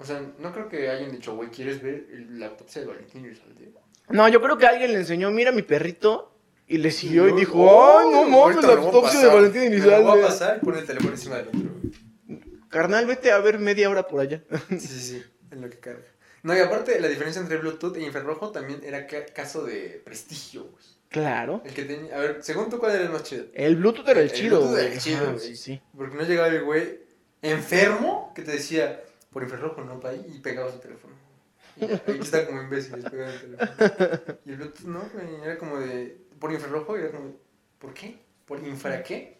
Speaker 2: O sea, no creo que hayan dicho, güey, ¿quieres ver el- la autopsia de Valentín Elizalde?
Speaker 1: No, yo creo que alguien le enseñó, mira mi perrito. Y le siguió y
Speaker 2: No,
Speaker 1: dijo, ¡ay, "Oh, no mames!
Speaker 2: Oh,
Speaker 1: La
Speaker 2: ahorita me lo voy a
Speaker 1: autopsia de
Speaker 2: pasar,
Speaker 1: Valentín
Speaker 2: Me lo voy a
Speaker 1: Elizalde.
Speaker 2: pasar y pone el teléfono encima del otro, güey.
Speaker 1: Carnal, vete a ver media hora por allá.
Speaker 2: Sí, sí, sí, en lo que carga. No, y aparte, la diferencia entre Bluetooth e infrarrojo también era ca- caso de prestigio, güey.
Speaker 1: Claro.
Speaker 2: El que tenía. A ver, según tú, ¿cuál era el más chido?
Speaker 1: El Bluetooth era el,
Speaker 2: El
Speaker 1: chido,
Speaker 2: Bluetooth era
Speaker 1: güey.
Speaker 2: el chido,
Speaker 1: Ajá,
Speaker 2: güey.
Speaker 1: sí, sí.
Speaker 2: Porque no llegaba el güey enfermo que te decía, por infrarrojo no, pa' ahí, y pegaba su teléfono. Y ya, ahí está como imbécil, pegaba el teléfono. Y el Bluetooth no, güey, era como de, por infrarrojo, y era como, ¿por qué? ¿Por infra qué?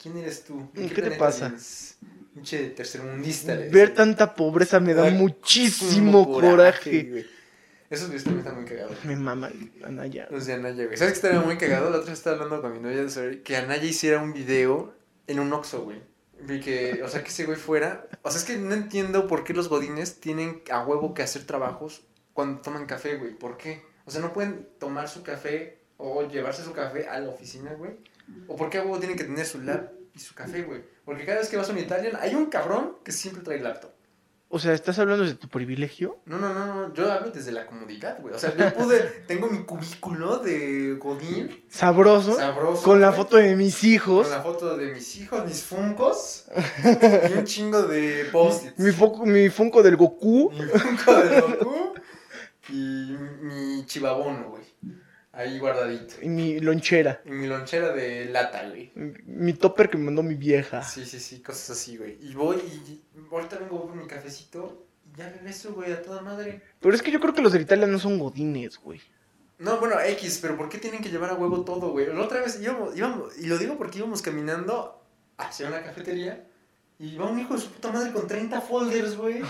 Speaker 2: ¿Quién eres tú? ¿En
Speaker 1: ¿Qué te
Speaker 2: planeta
Speaker 1: pasa?
Speaker 2: vives? Pinche tercermundista. le
Speaker 1: Ver
Speaker 2: decía.
Speaker 1: tanta pobreza me da
Speaker 2: Ay,
Speaker 1: muchísimo coraje.
Speaker 2: güey. Esos videos también están muy cagados.
Speaker 1: Me mama Anaya.
Speaker 2: Los de Anaya, Pues, güey. ¿Sabes que estaría muy cagado? La otra vez estaba hablando con mi novia sobre que Anaya hiciera un video en un Oxxo, güey. Y que, o sea, que ese güey fuera... O sea, es que no entiendo por qué los godines tienen a huevo que hacer trabajos cuando toman café, güey. ¿Por qué? O sea, no pueden tomar su café o llevarse su café a la oficina, güey. ¿O por qué a huevo tienen que tener su lap y su café, güey? Porque cada vez que vas a un Italian hay un cabrón que siempre trae laptop.
Speaker 1: O sea, ¿estás hablando de tu privilegio?
Speaker 2: No, no, no, no, yo hablo desde la comodidad, güey. O sea, yo pude, tengo mi cubículo de Godín,
Speaker 1: Sabroso.
Speaker 2: sabroso.
Speaker 1: Con la
Speaker 2: güey,
Speaker 1: foto de mis hijos.
Speaker 2: Con la foto de mis hijos, mis funcos y un chingo de post-its.
Speaker 1: Mi, foco- mi Funko del Goku.
Speaker 2: Mi funco de Goku y mi chivabono, güey. Ahí guardadito.
Speaker 1: Y mi lonchera.
Speaker 2: Y mi lonchera de lata, güey.
Speaker 1: Mi topper que me mandó mi vieja.
Speaker 2: Sí, sí, sí, cosas así, güey. Y voy y ahorita vengo voy por mi cafecito y ya regreso, güey, a toda madre.
Speaker 1: Pero es que yo creo que los de Italia no son godines, güey.
Speaker 2: No, bueno, X, pero ¿por qué tienen que llevar a huevo todo, güey? La otra vez íbamos, íbamos, y lo digo porque íbamos caminando hacia una cafetería y va un hijo de su puta madre con 30 folders, güey.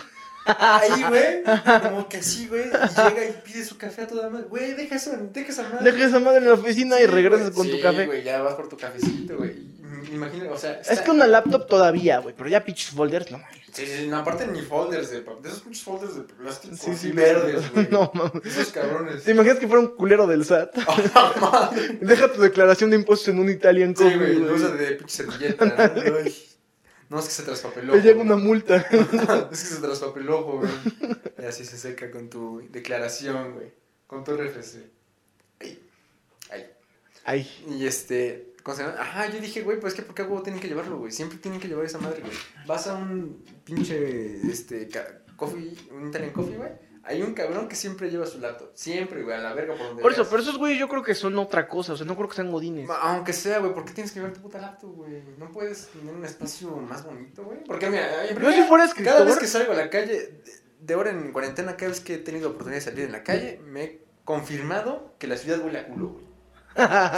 Speaker 2: Ahí, güey, como que así, güey, y llega y pide su café a toda madre. Güey, deja esa, deja esa madre.
Speaker 1: Deja esa madre en la oficina y
Speaker 2: Sí,
Speaker 1: regresas
Speaker 2: güey.
Speaker 1: con tu
Speaker 2: Sí,
Speaker 1: café.
Speaker 2: güey, ya vas por tu cafecito, güey. Imagínate, o sea,
Speaker 1: Es
Speaker 2: está-
Speaker 1: que una laptop todavía, güey. Pero ya pitch folders, no mames.
Speaker 2: Sí, sí, no, aparte ni folders de, pa- de esos muchos folders de plástico
Speaker 1: Sí, sí,
Speaker 2: Pues verdes, güey.
Speaker 1: No mames.
Speaker 2: Esos cabrones.
Speaker 1: ¿Te imaginas que fuera un culero del SAT?
Speaker 2: Ah, madre.
Speaker 1: Deja tu declaración de impuestos en un Italian
Speaker 2: Sí,
Speaker 1: Coffee,
Speaker 2: güey,
Speaker 1: güey.
Speaker 2: lo usa de pinche servilleta. ¿no? Ay. No, es que se traspapeló.
Speaker 1: Te llega
Speaker 2: güey.
Speaker 1: una multa.
Speaker 2: es que se traspapeló, güey. Y así se seca con tu declaración, güey. Con tu RFC. Ay. Ay.
Speaker 1: Ay.
Speaker 2: Y este. ¿Cómo se llama? Ajá, yo dije, güey, pues es que ¿por qué a huevo tienen que llevarlo, güey? Siempre tienen que llevar esa madre, güey. Vas a un pinche, este, ca- coffee, un Italian coffee, güey. Hay un cabrón que siempre lleva su laptop. Siempre, güey, a la verga por donde
Speaker 1: Por eso,
Speaker 2: veas.
Speaker 1: pero esos güeyes yo creo que son otra cosa. O sea, no creo que sean godines.
Speaker 2: Ma- Aunque sea, güey, ¿por qué tienes que llevar tu puta laptop, güey? ¿No puedes tener un espacio más bonito, güey? Porque, mira, en
Speaker 1: Yo
Speaker 2: primera,
Speaker 1: si fuera
Speaker 2: cada vez
Speaker 1: escritor...
Speaker 2: que salgo a la calle, de- de ahora en cuarentena, cada vez que he tenido oportunidad de salir en la calle, me he confirmado que la ciudad huele a culo, güey.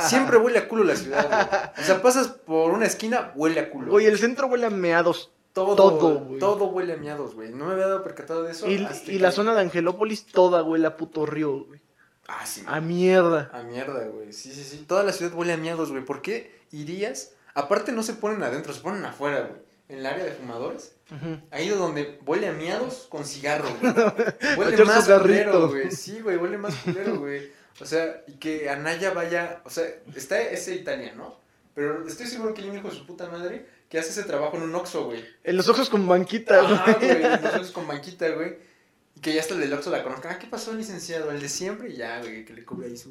Speaker 2: Siempre huele a culo la ciudad, güey. O sea, pasas por una esquina, huele a culo.
Speaker 1: Oye, el centro huele a meados.
Speaker 2: todo,
Speaker 1: todo,
Speaker 2: todo,
Speaker 1: güey.
Speaker 2: huele a miados, güey. No me había dado percatado de eso.
Speaker 1: Y,
Speaker 2: hasta
Speaker 1: y
Speaker 2: que-
Speaker 1: la zona de Angelópolis toda huele a puto río, güey.
Speaker 2: Ah, sí.
Speaker 1: A mierda.
Speaker 2: A mierda, güey. Sí, sí, sí. Toda la ciudad huele a miados, güey. ¿Por qué irías? Aparte no se ponen adentro, se ponen afuera, güey. En el área de fumadores.
Speaker 1: Ujú.
Speaker 2: Ahí es donde huele a miados con cigarro, güey. Huele
Speaker 1: Echar
Speaker 2: más
Speaker 1: su
Speaker 2: culero,
Speaker 1: garrito.
Speaker 2: güey. Sí, güey, huele más culero, güey. O sea, y que Anaya vaya... O sea, está ese italiano, ¿no? Pero estoy seguro que hay un hijo de su puta madre que hace ese trabajo en un Oxxo, güey.
Speaker 1: En los ojos con banquita,
Speaker 2: Ah,
Speaker 1: güey.
Speaker 2: güey, nosotros con banquita, güey. Y que ya hasta el del Oxxo la conozca. Ah, ¿qué pasó, licenciado? El de siempre y ya, güey, que le cubre ahí su...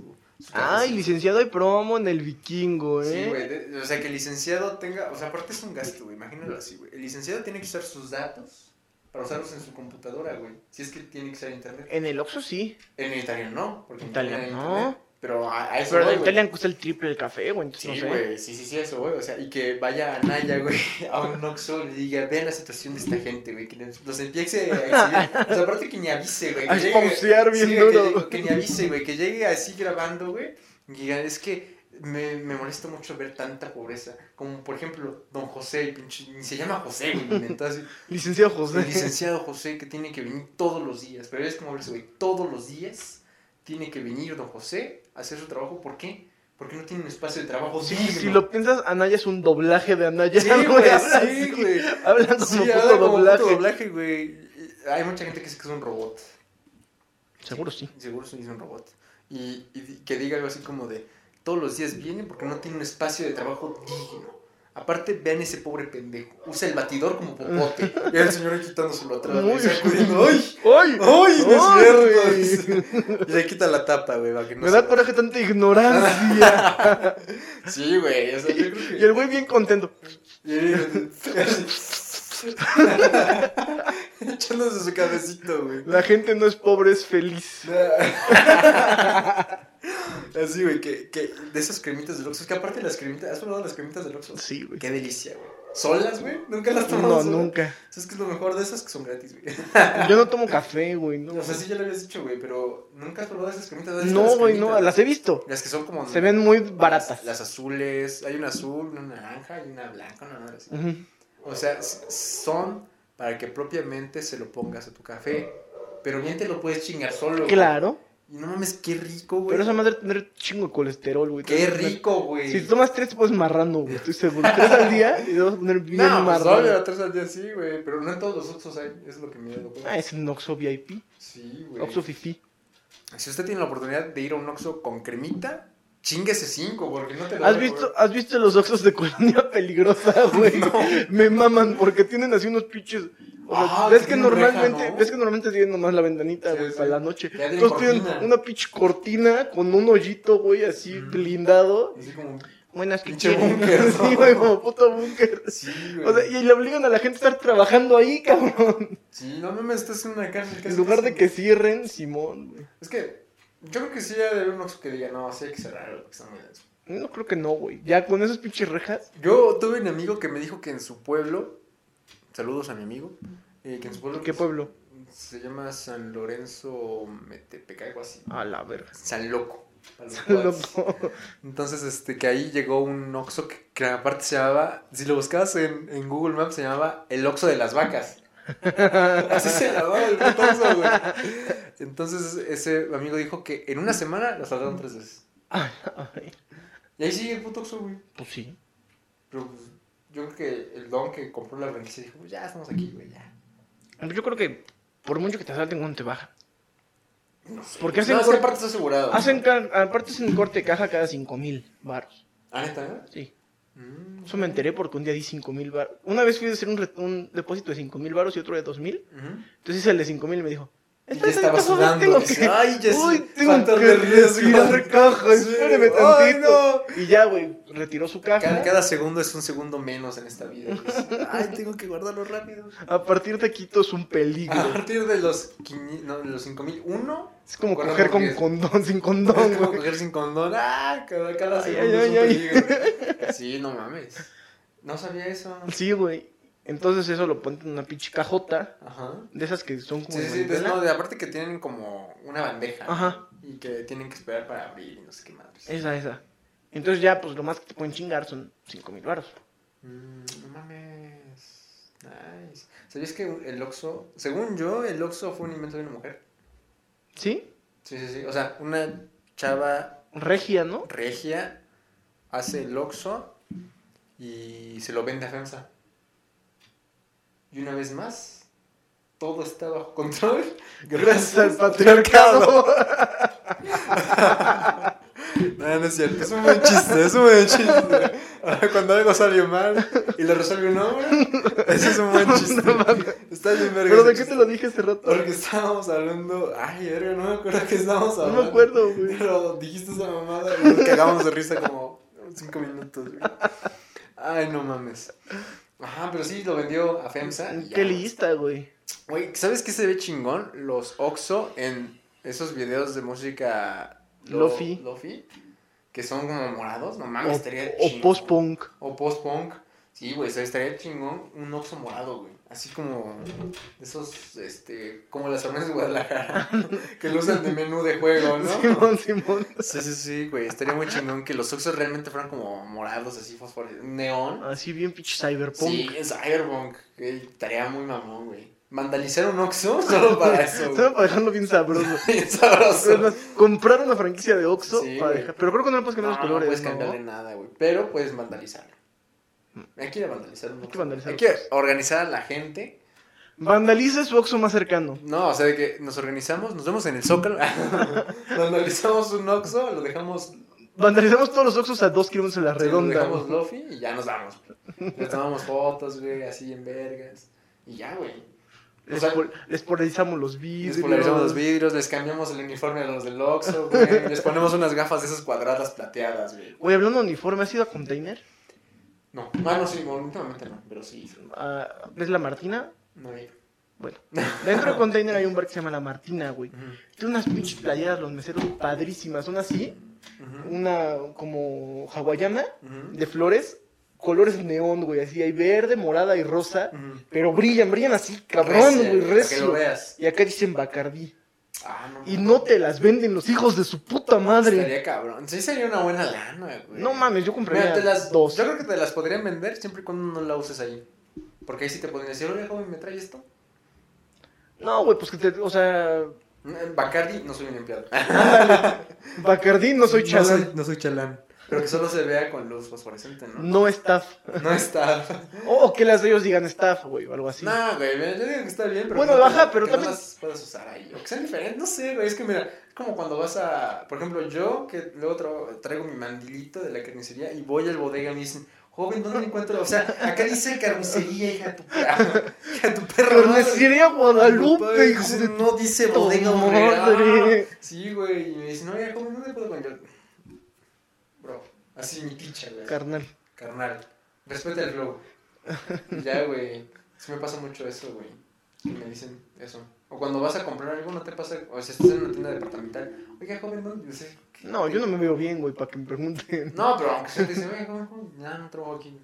Speaker 1: Ay,
Speaker 2: su cabeza.
Speaker 1: licenciado de promo en el vikingo,
Speaker 2: Ah, Sí,
Speaker 1: eh.
Speaker 2: güey. de- O sea, que el licenciado tenga. O sea, aparte es un gasto, güey. Imagínalo así, güey. El licenciado tiene que usar sus datos para usarlos en su computadora, güey. Si es que tiene que usar internet.
Speaker 1: en el Oxxo sí.
Speaker 2: En italiano no, porque en
Speaker 1: Italia
Speaker 2: Italia hay
Speaker 1: no.
Speaker 2: internet. Pero a, a eso
Speaker 1: Pero
Speaker 2: voy,
Speaker 1: en
Speaker 2: güey.
Speaker 1: Italia cuesta el triple el café, güey. Entonces
Speaker 2: Sí,
Speaker 1: no sé.
Speaker 2: güey, sí, sí, sí, eso, güey. O sea, y que vaya a Naya, güey, a un Oxxo y le diga, vean la situación de esta gente, güey, que nos- los empiece a exhibir. O sea, aparte que ni avise, güey.
Speaker 1: A
Speaker 2: que llegue-
Speaker 1: esponsear bien
Speaker 2: sí, güey, que
Speaker 1: duro.
Speaker 2: llegue- Que, ni avise, güey, que llegue así grabando, güey, y diga, es que me, me molesta mucho ver tanta pobreza. Como, por ejemplo, don José, el pinche, ni se llama José, güey, inventó así.
Speaker 1: Licenciado
Speaker 2: El
Speaker 1: José.
Speaker 2: licenciado José que tiene que venir todos los días. Pero es como ese güey, todos los días tiene que venir don José a hacer su trabajo. ¿Por qué? Porque no tiene un espacio de trabajo
Speaker 1: Sí,
Speaker 2: digno.
Speaker 1: si lo piensas, Anaya es un doblaje de Anaya.
Speaker 2: Sí,
Speaker 1: güey,
Speaker 2: güey,
Speaker 1: habla
Speaker 2: sí,
Speaker 1: así.
Speaker 2: güey.
Speaker 1: Habla como
Speaker 2: Sí,
Speaker 1: puto
Speaker 2: habla como
Speaker 1: doblaje.
Speaker 2: puto doblaje, güey. Hay mucha gente que dice que es un robot.
Speaker 1: Seguro sí.
Speaker 2: Seguro sí es un robot. Y, y di- que diga algo así como de, todos los días viene porque no tiene un espacio de trabajo digno. Aparte, vean ese pobre pendejo. Usa el batidor como popote. Y el señor ahí quitándoselo atrás. güey,
Speaker 1: Uy.
Speaker 2: sacudiendo. ¡Ay!
Speaker 1: ¡Ay!
Speaker 2: ¡Ay, no
Speaker 1: ¡Ay, güey!
Speaker 2: es cierto! Y le quita la tapa, güey, para que no
Speaker 1: Me
Speaker 2: se-
Speaker 1: da coraje tanta ignorancia.
Speaker 2: Sí, güey, o sea, yo creo
Speaker 1: y el güey bien contento.
Speaker 2: que... Echándose su cabecito, güey.
Speaker 1: La gente no es pobre, es feliz.
Speaker 2: Así, güey, que, que de esas cremitas del Oxxo, es que aparte las cremitas, ¿has probado las cremitas del Oxxo?
Speaker 1: Sí, güey.
Speaker 2: Qué delicia, güey. ¿Solas, güey? ¿Nunca las
Speaker 1: No,
Speaker 2: tomamos?
Speaker 1: nunca.
Speaker 2: ¿Sabes qué es lo mejor de esas? Que son gratis, güey.
Speaker 1: Yo no tomo café, güey. No,
Speaker 2: O sea, sí ya lo habías dicho, güey, pero ¿nunca has probado esas cremitas? ¿Has visto
Speaker 1: no
Speaker 2: las
Speaker 1: güey, no.
Speaker 2: cremitas?
Speaker 1: Las he visto.
Speaker 2: Las que son como...
Speaker 1: Se ven muy
Speaker 2: Las,
Speaker 1: baratas.
Speaker 2: las azules, hay una azul, una naranja y una blanca, una madre así.
Speaker 1: Ujú.
Speaker 2: O sea, s- son para que propiamente se lo pongas a tu café. Pero bien te lo puedes chingar solo. güey.
Speaker 1: Claro.
Speaker 2: Y no mames, qué rico, güey.
Speaker 1: Pero esa madre tener chingo de colesterol, güey.
Speaker 2: Qué rico, güey.
Speaker 1: pues, Si tomas tres, te pones marrano, güey. Estoy seguro. Tres al día y te vas a poner bien
Speaker 2: no, pues
Speaker 1: marrano.
Speaker 2: obvio, tres al día sí, güey. Pero no en todos los Oxxos hay. Es lo que me da
Speaker 1: Ah, es un Oxxo VIP.
Speaker 2: Sí, güey.
Speaker 1: Oxxo Fifi.
Speaker 2: Si usted tiene la oportunidad de ir a un Oxxo con cremita, chinguese cinco, porque no te lo
Speaker 1: ¿Has
Speaker 2: van a
Speaker 1: visto, ¿Has visto los Oxxos de Colonia Peligrosa, güey? Me maman porque tienen así unos pinches... o sea,
Speaker 2: Ah,
Speaker 1: ves,
Speaker 2: que
Speaker 1: que
Speaker 2: tienen reja,
Speaker 1: normalmente,
Speaker 2: ¿no?
Speaker 1: ves que normalmente tienen nomás la ventanita,
Speaker 2: Sí,
Speaker 1: güey,
Speaker 2: sí.
Speaker 1: para la noche.
Speaker 2: Ya tienen
Speaker 1: Entonces tienen
Speaker 2: cortina.
Speaker 1: una pinche cortina con un hoyito, güey, así
Speaker 2: Ujú.
Speaker 1: blindado.
Speaker 2: comer. Así como...
Speaker 1: Buenas que
Speaker 2: Pinche
Speaker 1: quieren.
Speaker 2: búnker, ¿no?
Speaker 1: Sí, güey, como puto búnker.
Speaker 2: Sí, güey.
Speaker 1: O sea, y le obligan a la gente a estar trabajando ahí, cabrón.
Speaker 2: Sí, no mames, estás en una cárcel.
Speaker 1: En
Speaker 2: casi,
Speaker 1: lugar
Speaker 2: casi.
Speaker 1: de que cierren, Simón, güey.
Speaker 2: Es que yo creo que sí ya debe un Oxxo que diga, no, sí hay que cerrar porque está muy denso.
Speaker 1: No creo que no, güey. Ya con esas pinches rejas.
Speaker 2: Yo tuve un amigo que me dijo que en su pueblo, saludos a mi amigo, eh, que en su pueblo...
Speaker 1: ¿Qué pueblo?
Speaker 2: Se llama San Lorenzo Metepec, algo así.
Speaker 1: A la verga.
Speaker 2: San Loco. para los cuates.
Speaker 1: Loco.
Speaker 2: Entonces, este, que ahí llegó un Oxxo que, que aparte se llamaba, si lo buscabas en, en Google Maps, se llamaba el Oxxo de las vacas. Así se llamaba el puto Oxxo, güey. Entonces, ese amigo dijo que en una semana la saltaron tres veces.
Speaker 1: Ay,
Speaker 2: Y ahí sigue el puto Oxxo, güey.
Speaker 1: pues sí.
Speaker 2: Pero pues, yo creo que el don que compró la franquicia dijo, "Pues ya estamos aquí, güey, ya.
Speaker 1: Yo creo que por mucho que te asalten, no te bajan.
Speaker 2: No sé.
Speaker 1: Porque hacen
Speaker 2: no, es que
Speaker 1: cor-
Speaker 2: aparte está asegurado.
Speaker 1: Hacen, ca- aparte hacen corte de caja cada cinco mil baros.
Speaker 2: ¿Ah, neta, no?
Speaker 1: Sí.
Speaker 2: Mm.
Speaker 1: Eso me enteré porque un día di cinco mil baros. Una vez fui a hacer un, re- un depósito de cinco mil baros y otro de dos mil.
Speaker 2: Ujú.
Speaker 1: Entonces hice el de cinco mil y me dijo,
Speaker 2: ya estaba sudando.
Speaker 1: tengo
Speaker 2: Dice,
Speaker 1: que-
Speaker 2: Ay, ya
Speaker 1: Uy,
Speaker 2: es
Speaker 1: tengo
Speaker 2: factor
Speaker 1: que
Speaker 2: de riesgo.
Speaker 1: respirar caja,
Speaker 2: Sí.
Speaker 1: espéreme
Speaker 2: Ay,
Speaker 1: tantito.
Speaker 2: no.
Speaker 1: Y ya, güey, retiró su caja.
Speaker 2: Cada, cada segundo es un segundo menos en esta vida. Dice, Ay, tengo que guardarlo rápido.
Speaker 1: A partir de Quito es un peligro.
Speaker 2: A partir de los, quini- no, de los 5001,
Speaker 1: es como
Speaker 2: Guarda
Speaker 1: coger con
Speaker 2: porque-
Speaker 1: condón, sin
Speaker 2: es
Speaker 1: condón,
Speaker 2: como
Speaker 1: güey.
Speaker 2: coger sin condón. Ah, cada, cada
Speaker 1: Ay,
Speaker 2: segundo
Speaker 1: ay, ay,
Speaker 2: es un peligro. Sí, no mames. No sabía eso.
Speaker 1: Sí, güey. Entonces eso lo ponen en una pinche cajota.
Speaker 2: Ajá.
Speaker 1: De esas que son como.
Speaker 2: Sí,
Speaker 1: de
Speaker 2: sí, de,
Speaker 1: manivela.
Speaker 2: no, de- aparte que tienen como una bandeja.
Speaker 1: Ajá. Eh.
Speaker 2: Y que tienen que esperar para abrir y no sé qué madres.
Speaker 1: Esa, esa. Entonces ya, pues lo más que te pueden chingar son 5 mil baros.
Speaker 2: Mm, no mames. Nice. ¿Sabías que el Oxxo, según yo, el Oxxo fue un invento de una mujer?
Speaker 1: ¿Sí?
Speaker 2: Sí, sí, sí. O sea, una chava
Speaker 1: Regia, ¿no?
Speaker 2: regia hace el Oxxo y se lo vende a FEMSA. Y una vez más, todo está bajo control gracias al patriarcado. No, no es cierto, es un buen chiste, es un buen chiste. Ahora, Cuando algo salió mal y lo resuelve un hombre, ese es un buen chiste.
Speaker 1: No mames.
Speaker 2: Está bien verga.
Speaker 1: Pero
Speaker 2: ese
Speaker 1: de qué
Speaker 2: chiste.
Speaker 1: te lo dije hace rato.
Speaker 2: Porque estábamos hablando. Ay, verga, no me acuerdo que estábamos
Speaker 1: No
Speaker 2: hablando.
Speaker 1: me acuerdo, güey.
Speaker 2: Pero dijiste esa mamada y nos cagamos de risa como cinco minutos. güey. Ay, no mames. Ajá, pero sí, lo vendió a FEMSA. y
Speaker 1: Qué
Speaker 2: ya.
Speaker 1: lista, güey.
Speaker 2: Güey, ¿sabes qué se ve chingón? Los Oxo en esos videos de música lo-
Speaker 1: Lofi.
Speaker 2: Lofi. Que son como morados. No mames,
Speaker 1: O,
Speaker 2: Ah, estaría
Speaker 1: o
Speaker 2: chingón.
Speaker 1: post-punk.
Speaker 2: O post-punk. Sí, güey, estaría chingón un Oxo morado, güey. Así como esos, este, como las hormigas de Guadalajara. que lo usan de menú de juego, ¿no?
Speaker 1: Simón, Simón.
Speaker 2: Sí, sí, sí, güey. Estaría muy chingón que los Oxos realmente fueran como morados, así fosforescentes. Neón.
Speaker 1: Así bien pinche cyberpunk.
Speaker 2: Sí, en Cyberpunk. güey, Estaría muy mamón, güey. Vandalizar un Oxxo solo para eso. güey.
Speaker 1: Solo para dejarlo bien sabroso.
Speaker 2: Bien
Speaker 1: Es
Speaker 2: sabroso.
Speaker 1: más, comprar una franquicia de Oxxo
Speaker 2: Sí,
Speaker 1: para
Speaker 2: güey.
Speaker 1: dejar. Pero creo que no le puedes cambiar
Speaker 2: No, no
Speaker 1: los colores.
Speaker 2: puedes
Speaker 1: ¿no? Mm.
Speaker 2: cambiarle nada, güey. Pero puedes vandalizarlo. Hay que ir a vandalizar un
Speaker 1: Hay que
Speaker 2: Oxxo.
Speaker 1: vandalizar
Speaker 2: Hay que
Speaker 1: Oxxos.
Speaker 2: organizar a la gente.
Speaker 1: Vandaliza su Oxxo más cercano.
Speaker 2: No, o sea, de que nos organizamos, nos vemos en el Zócalo. vandalizamos un Oxxo, lo dejamos,
Speaker 1: Vandalizamos todos los Oxxos a dos kilómetros de la
Speaker 2: lo
Speaker 1: redonda.
Speaker 2: dejamos Luffy y ya nos vamos. Nos tomamos fotos, güey, así en vergas. Y ya, güey.
Speaker 1: les,
Speaker 2: o sea-
Speaker 1: pol- les polarizamos los vidrios.
Speaker 2: Les polarizamos los vidrios, les cambiamos el uniforme a los del Oxxo, güey. Les ponemos unas gafas de esas cuadradas plateadas, güey.
Speaker 1: Güey, hablando de uniforme, ¿has ido a Container?
Speaker 2: No, ah, no, sí, bueno, últimamente no, pero sí.
Speaker 1: Ah, ¿Ves la Martina?
Speaker 2: No hay.
Speaker 1: Bueno, dentro de Container hay un bar que se llama La Martina, güey. Tiene unas pinches playeras, los meseros padrísimas. Son así,
Speaker 2: Ujú,
Speaker 1: una como hawaiana
Speaker 2: ujú,
Speaker 1: de flores, colores neón, güey. Así hay verde, morada y rosa.
Speaker 2: ujú.
Speaker 1: Pero brillan, brillan así, cabrón,
Speaker 2: Recia,
Speaker 1: güey,
Speaker 2: para Que lo
Speaker 1: recio.
Speaker 2: veas.
Speaker 1: Y acá dicen Bacardí.
Speaker 2: Ah, no.
Speaker 1: Y no te las venden los hijos de su puta madre.
Speaker 2: Estaría cabrón. Sí, sería una buena lana, güey.
Speaker 1: No mames, yo compraría
Speaker 2: Mira, te las,
Speaker 1: dos.
Speaker 2: Yo creo que te las podrían vender siempre y cuando no la uses ahí. Porque ahí sí te podrían decir, oye, joven, ¿me trae esto?
Speaker 1: No, güey, pues que te, o sea,
Speaker 2: Mm, Bacardi, no soy un empleado.
Speaker 1: Bacardí Ah, no soy
Speaker 2: No
Speaker 1: chalán.
Speaker 2: soy, no soy chalán. Pero que solo se vea con luz fosforescente, ¿no?
Speaker 1: No staff.
Speaker 2: No está.
Speaker 1: O, o que las de ellos digan staff, güey, o algo así.
Speaker 2: No, güey, mira, yo digo que está bien, pero.
Speaker 1: Bueno,
Speaker 2: que no-
Speaker 1: ajá, pero
Speaker 2: que
Speaker 1: también-
Speaker 2: No las puedas usar ahí. O que sean diferentes, no sé, güey. Es que mira, es como cuando vas a. Por ejemplo, yo que luego tra- traigo mi mandilito de la carnicería y voy al bodega y me dicen. Joven, ¿dónde encuentro? O sea, acá dice carnicería, hija de tu perro. Hija de tu perro. madre.
Speaker 1: Carnicería Guadalupe,
Speaker 2: Padre,
Speaker 1: hijo
Speaker 2: dice,
Speaker 1: de
Speaker 2: No dice
Speaker 1: puta
Speaker 2: bodega
Speaker 1: madre.
Speaker 2: madre. Sí, güey. Y me dicen, oye, ¿cómo no te puedo con yo? Bro, así mi ticha, güey.
Speaker 1: carnal.
Speaker 2: Carnal, respeta el flow. Y ya, güey. Sí me pasa mucho eso, güey. Que me dicen eso. O cuando vas a comprar algo, no te pasa. O si estás en una tienda departamental. Oiga, joven, ¿dónde? Yo sé, ¿qué?
Speaker 1: No, yo no me veo bien, güey, para que me pregunten.
Speaker 2: No, pero aunque se te dice, oiga, joven, joven, ya no trabajo aquí.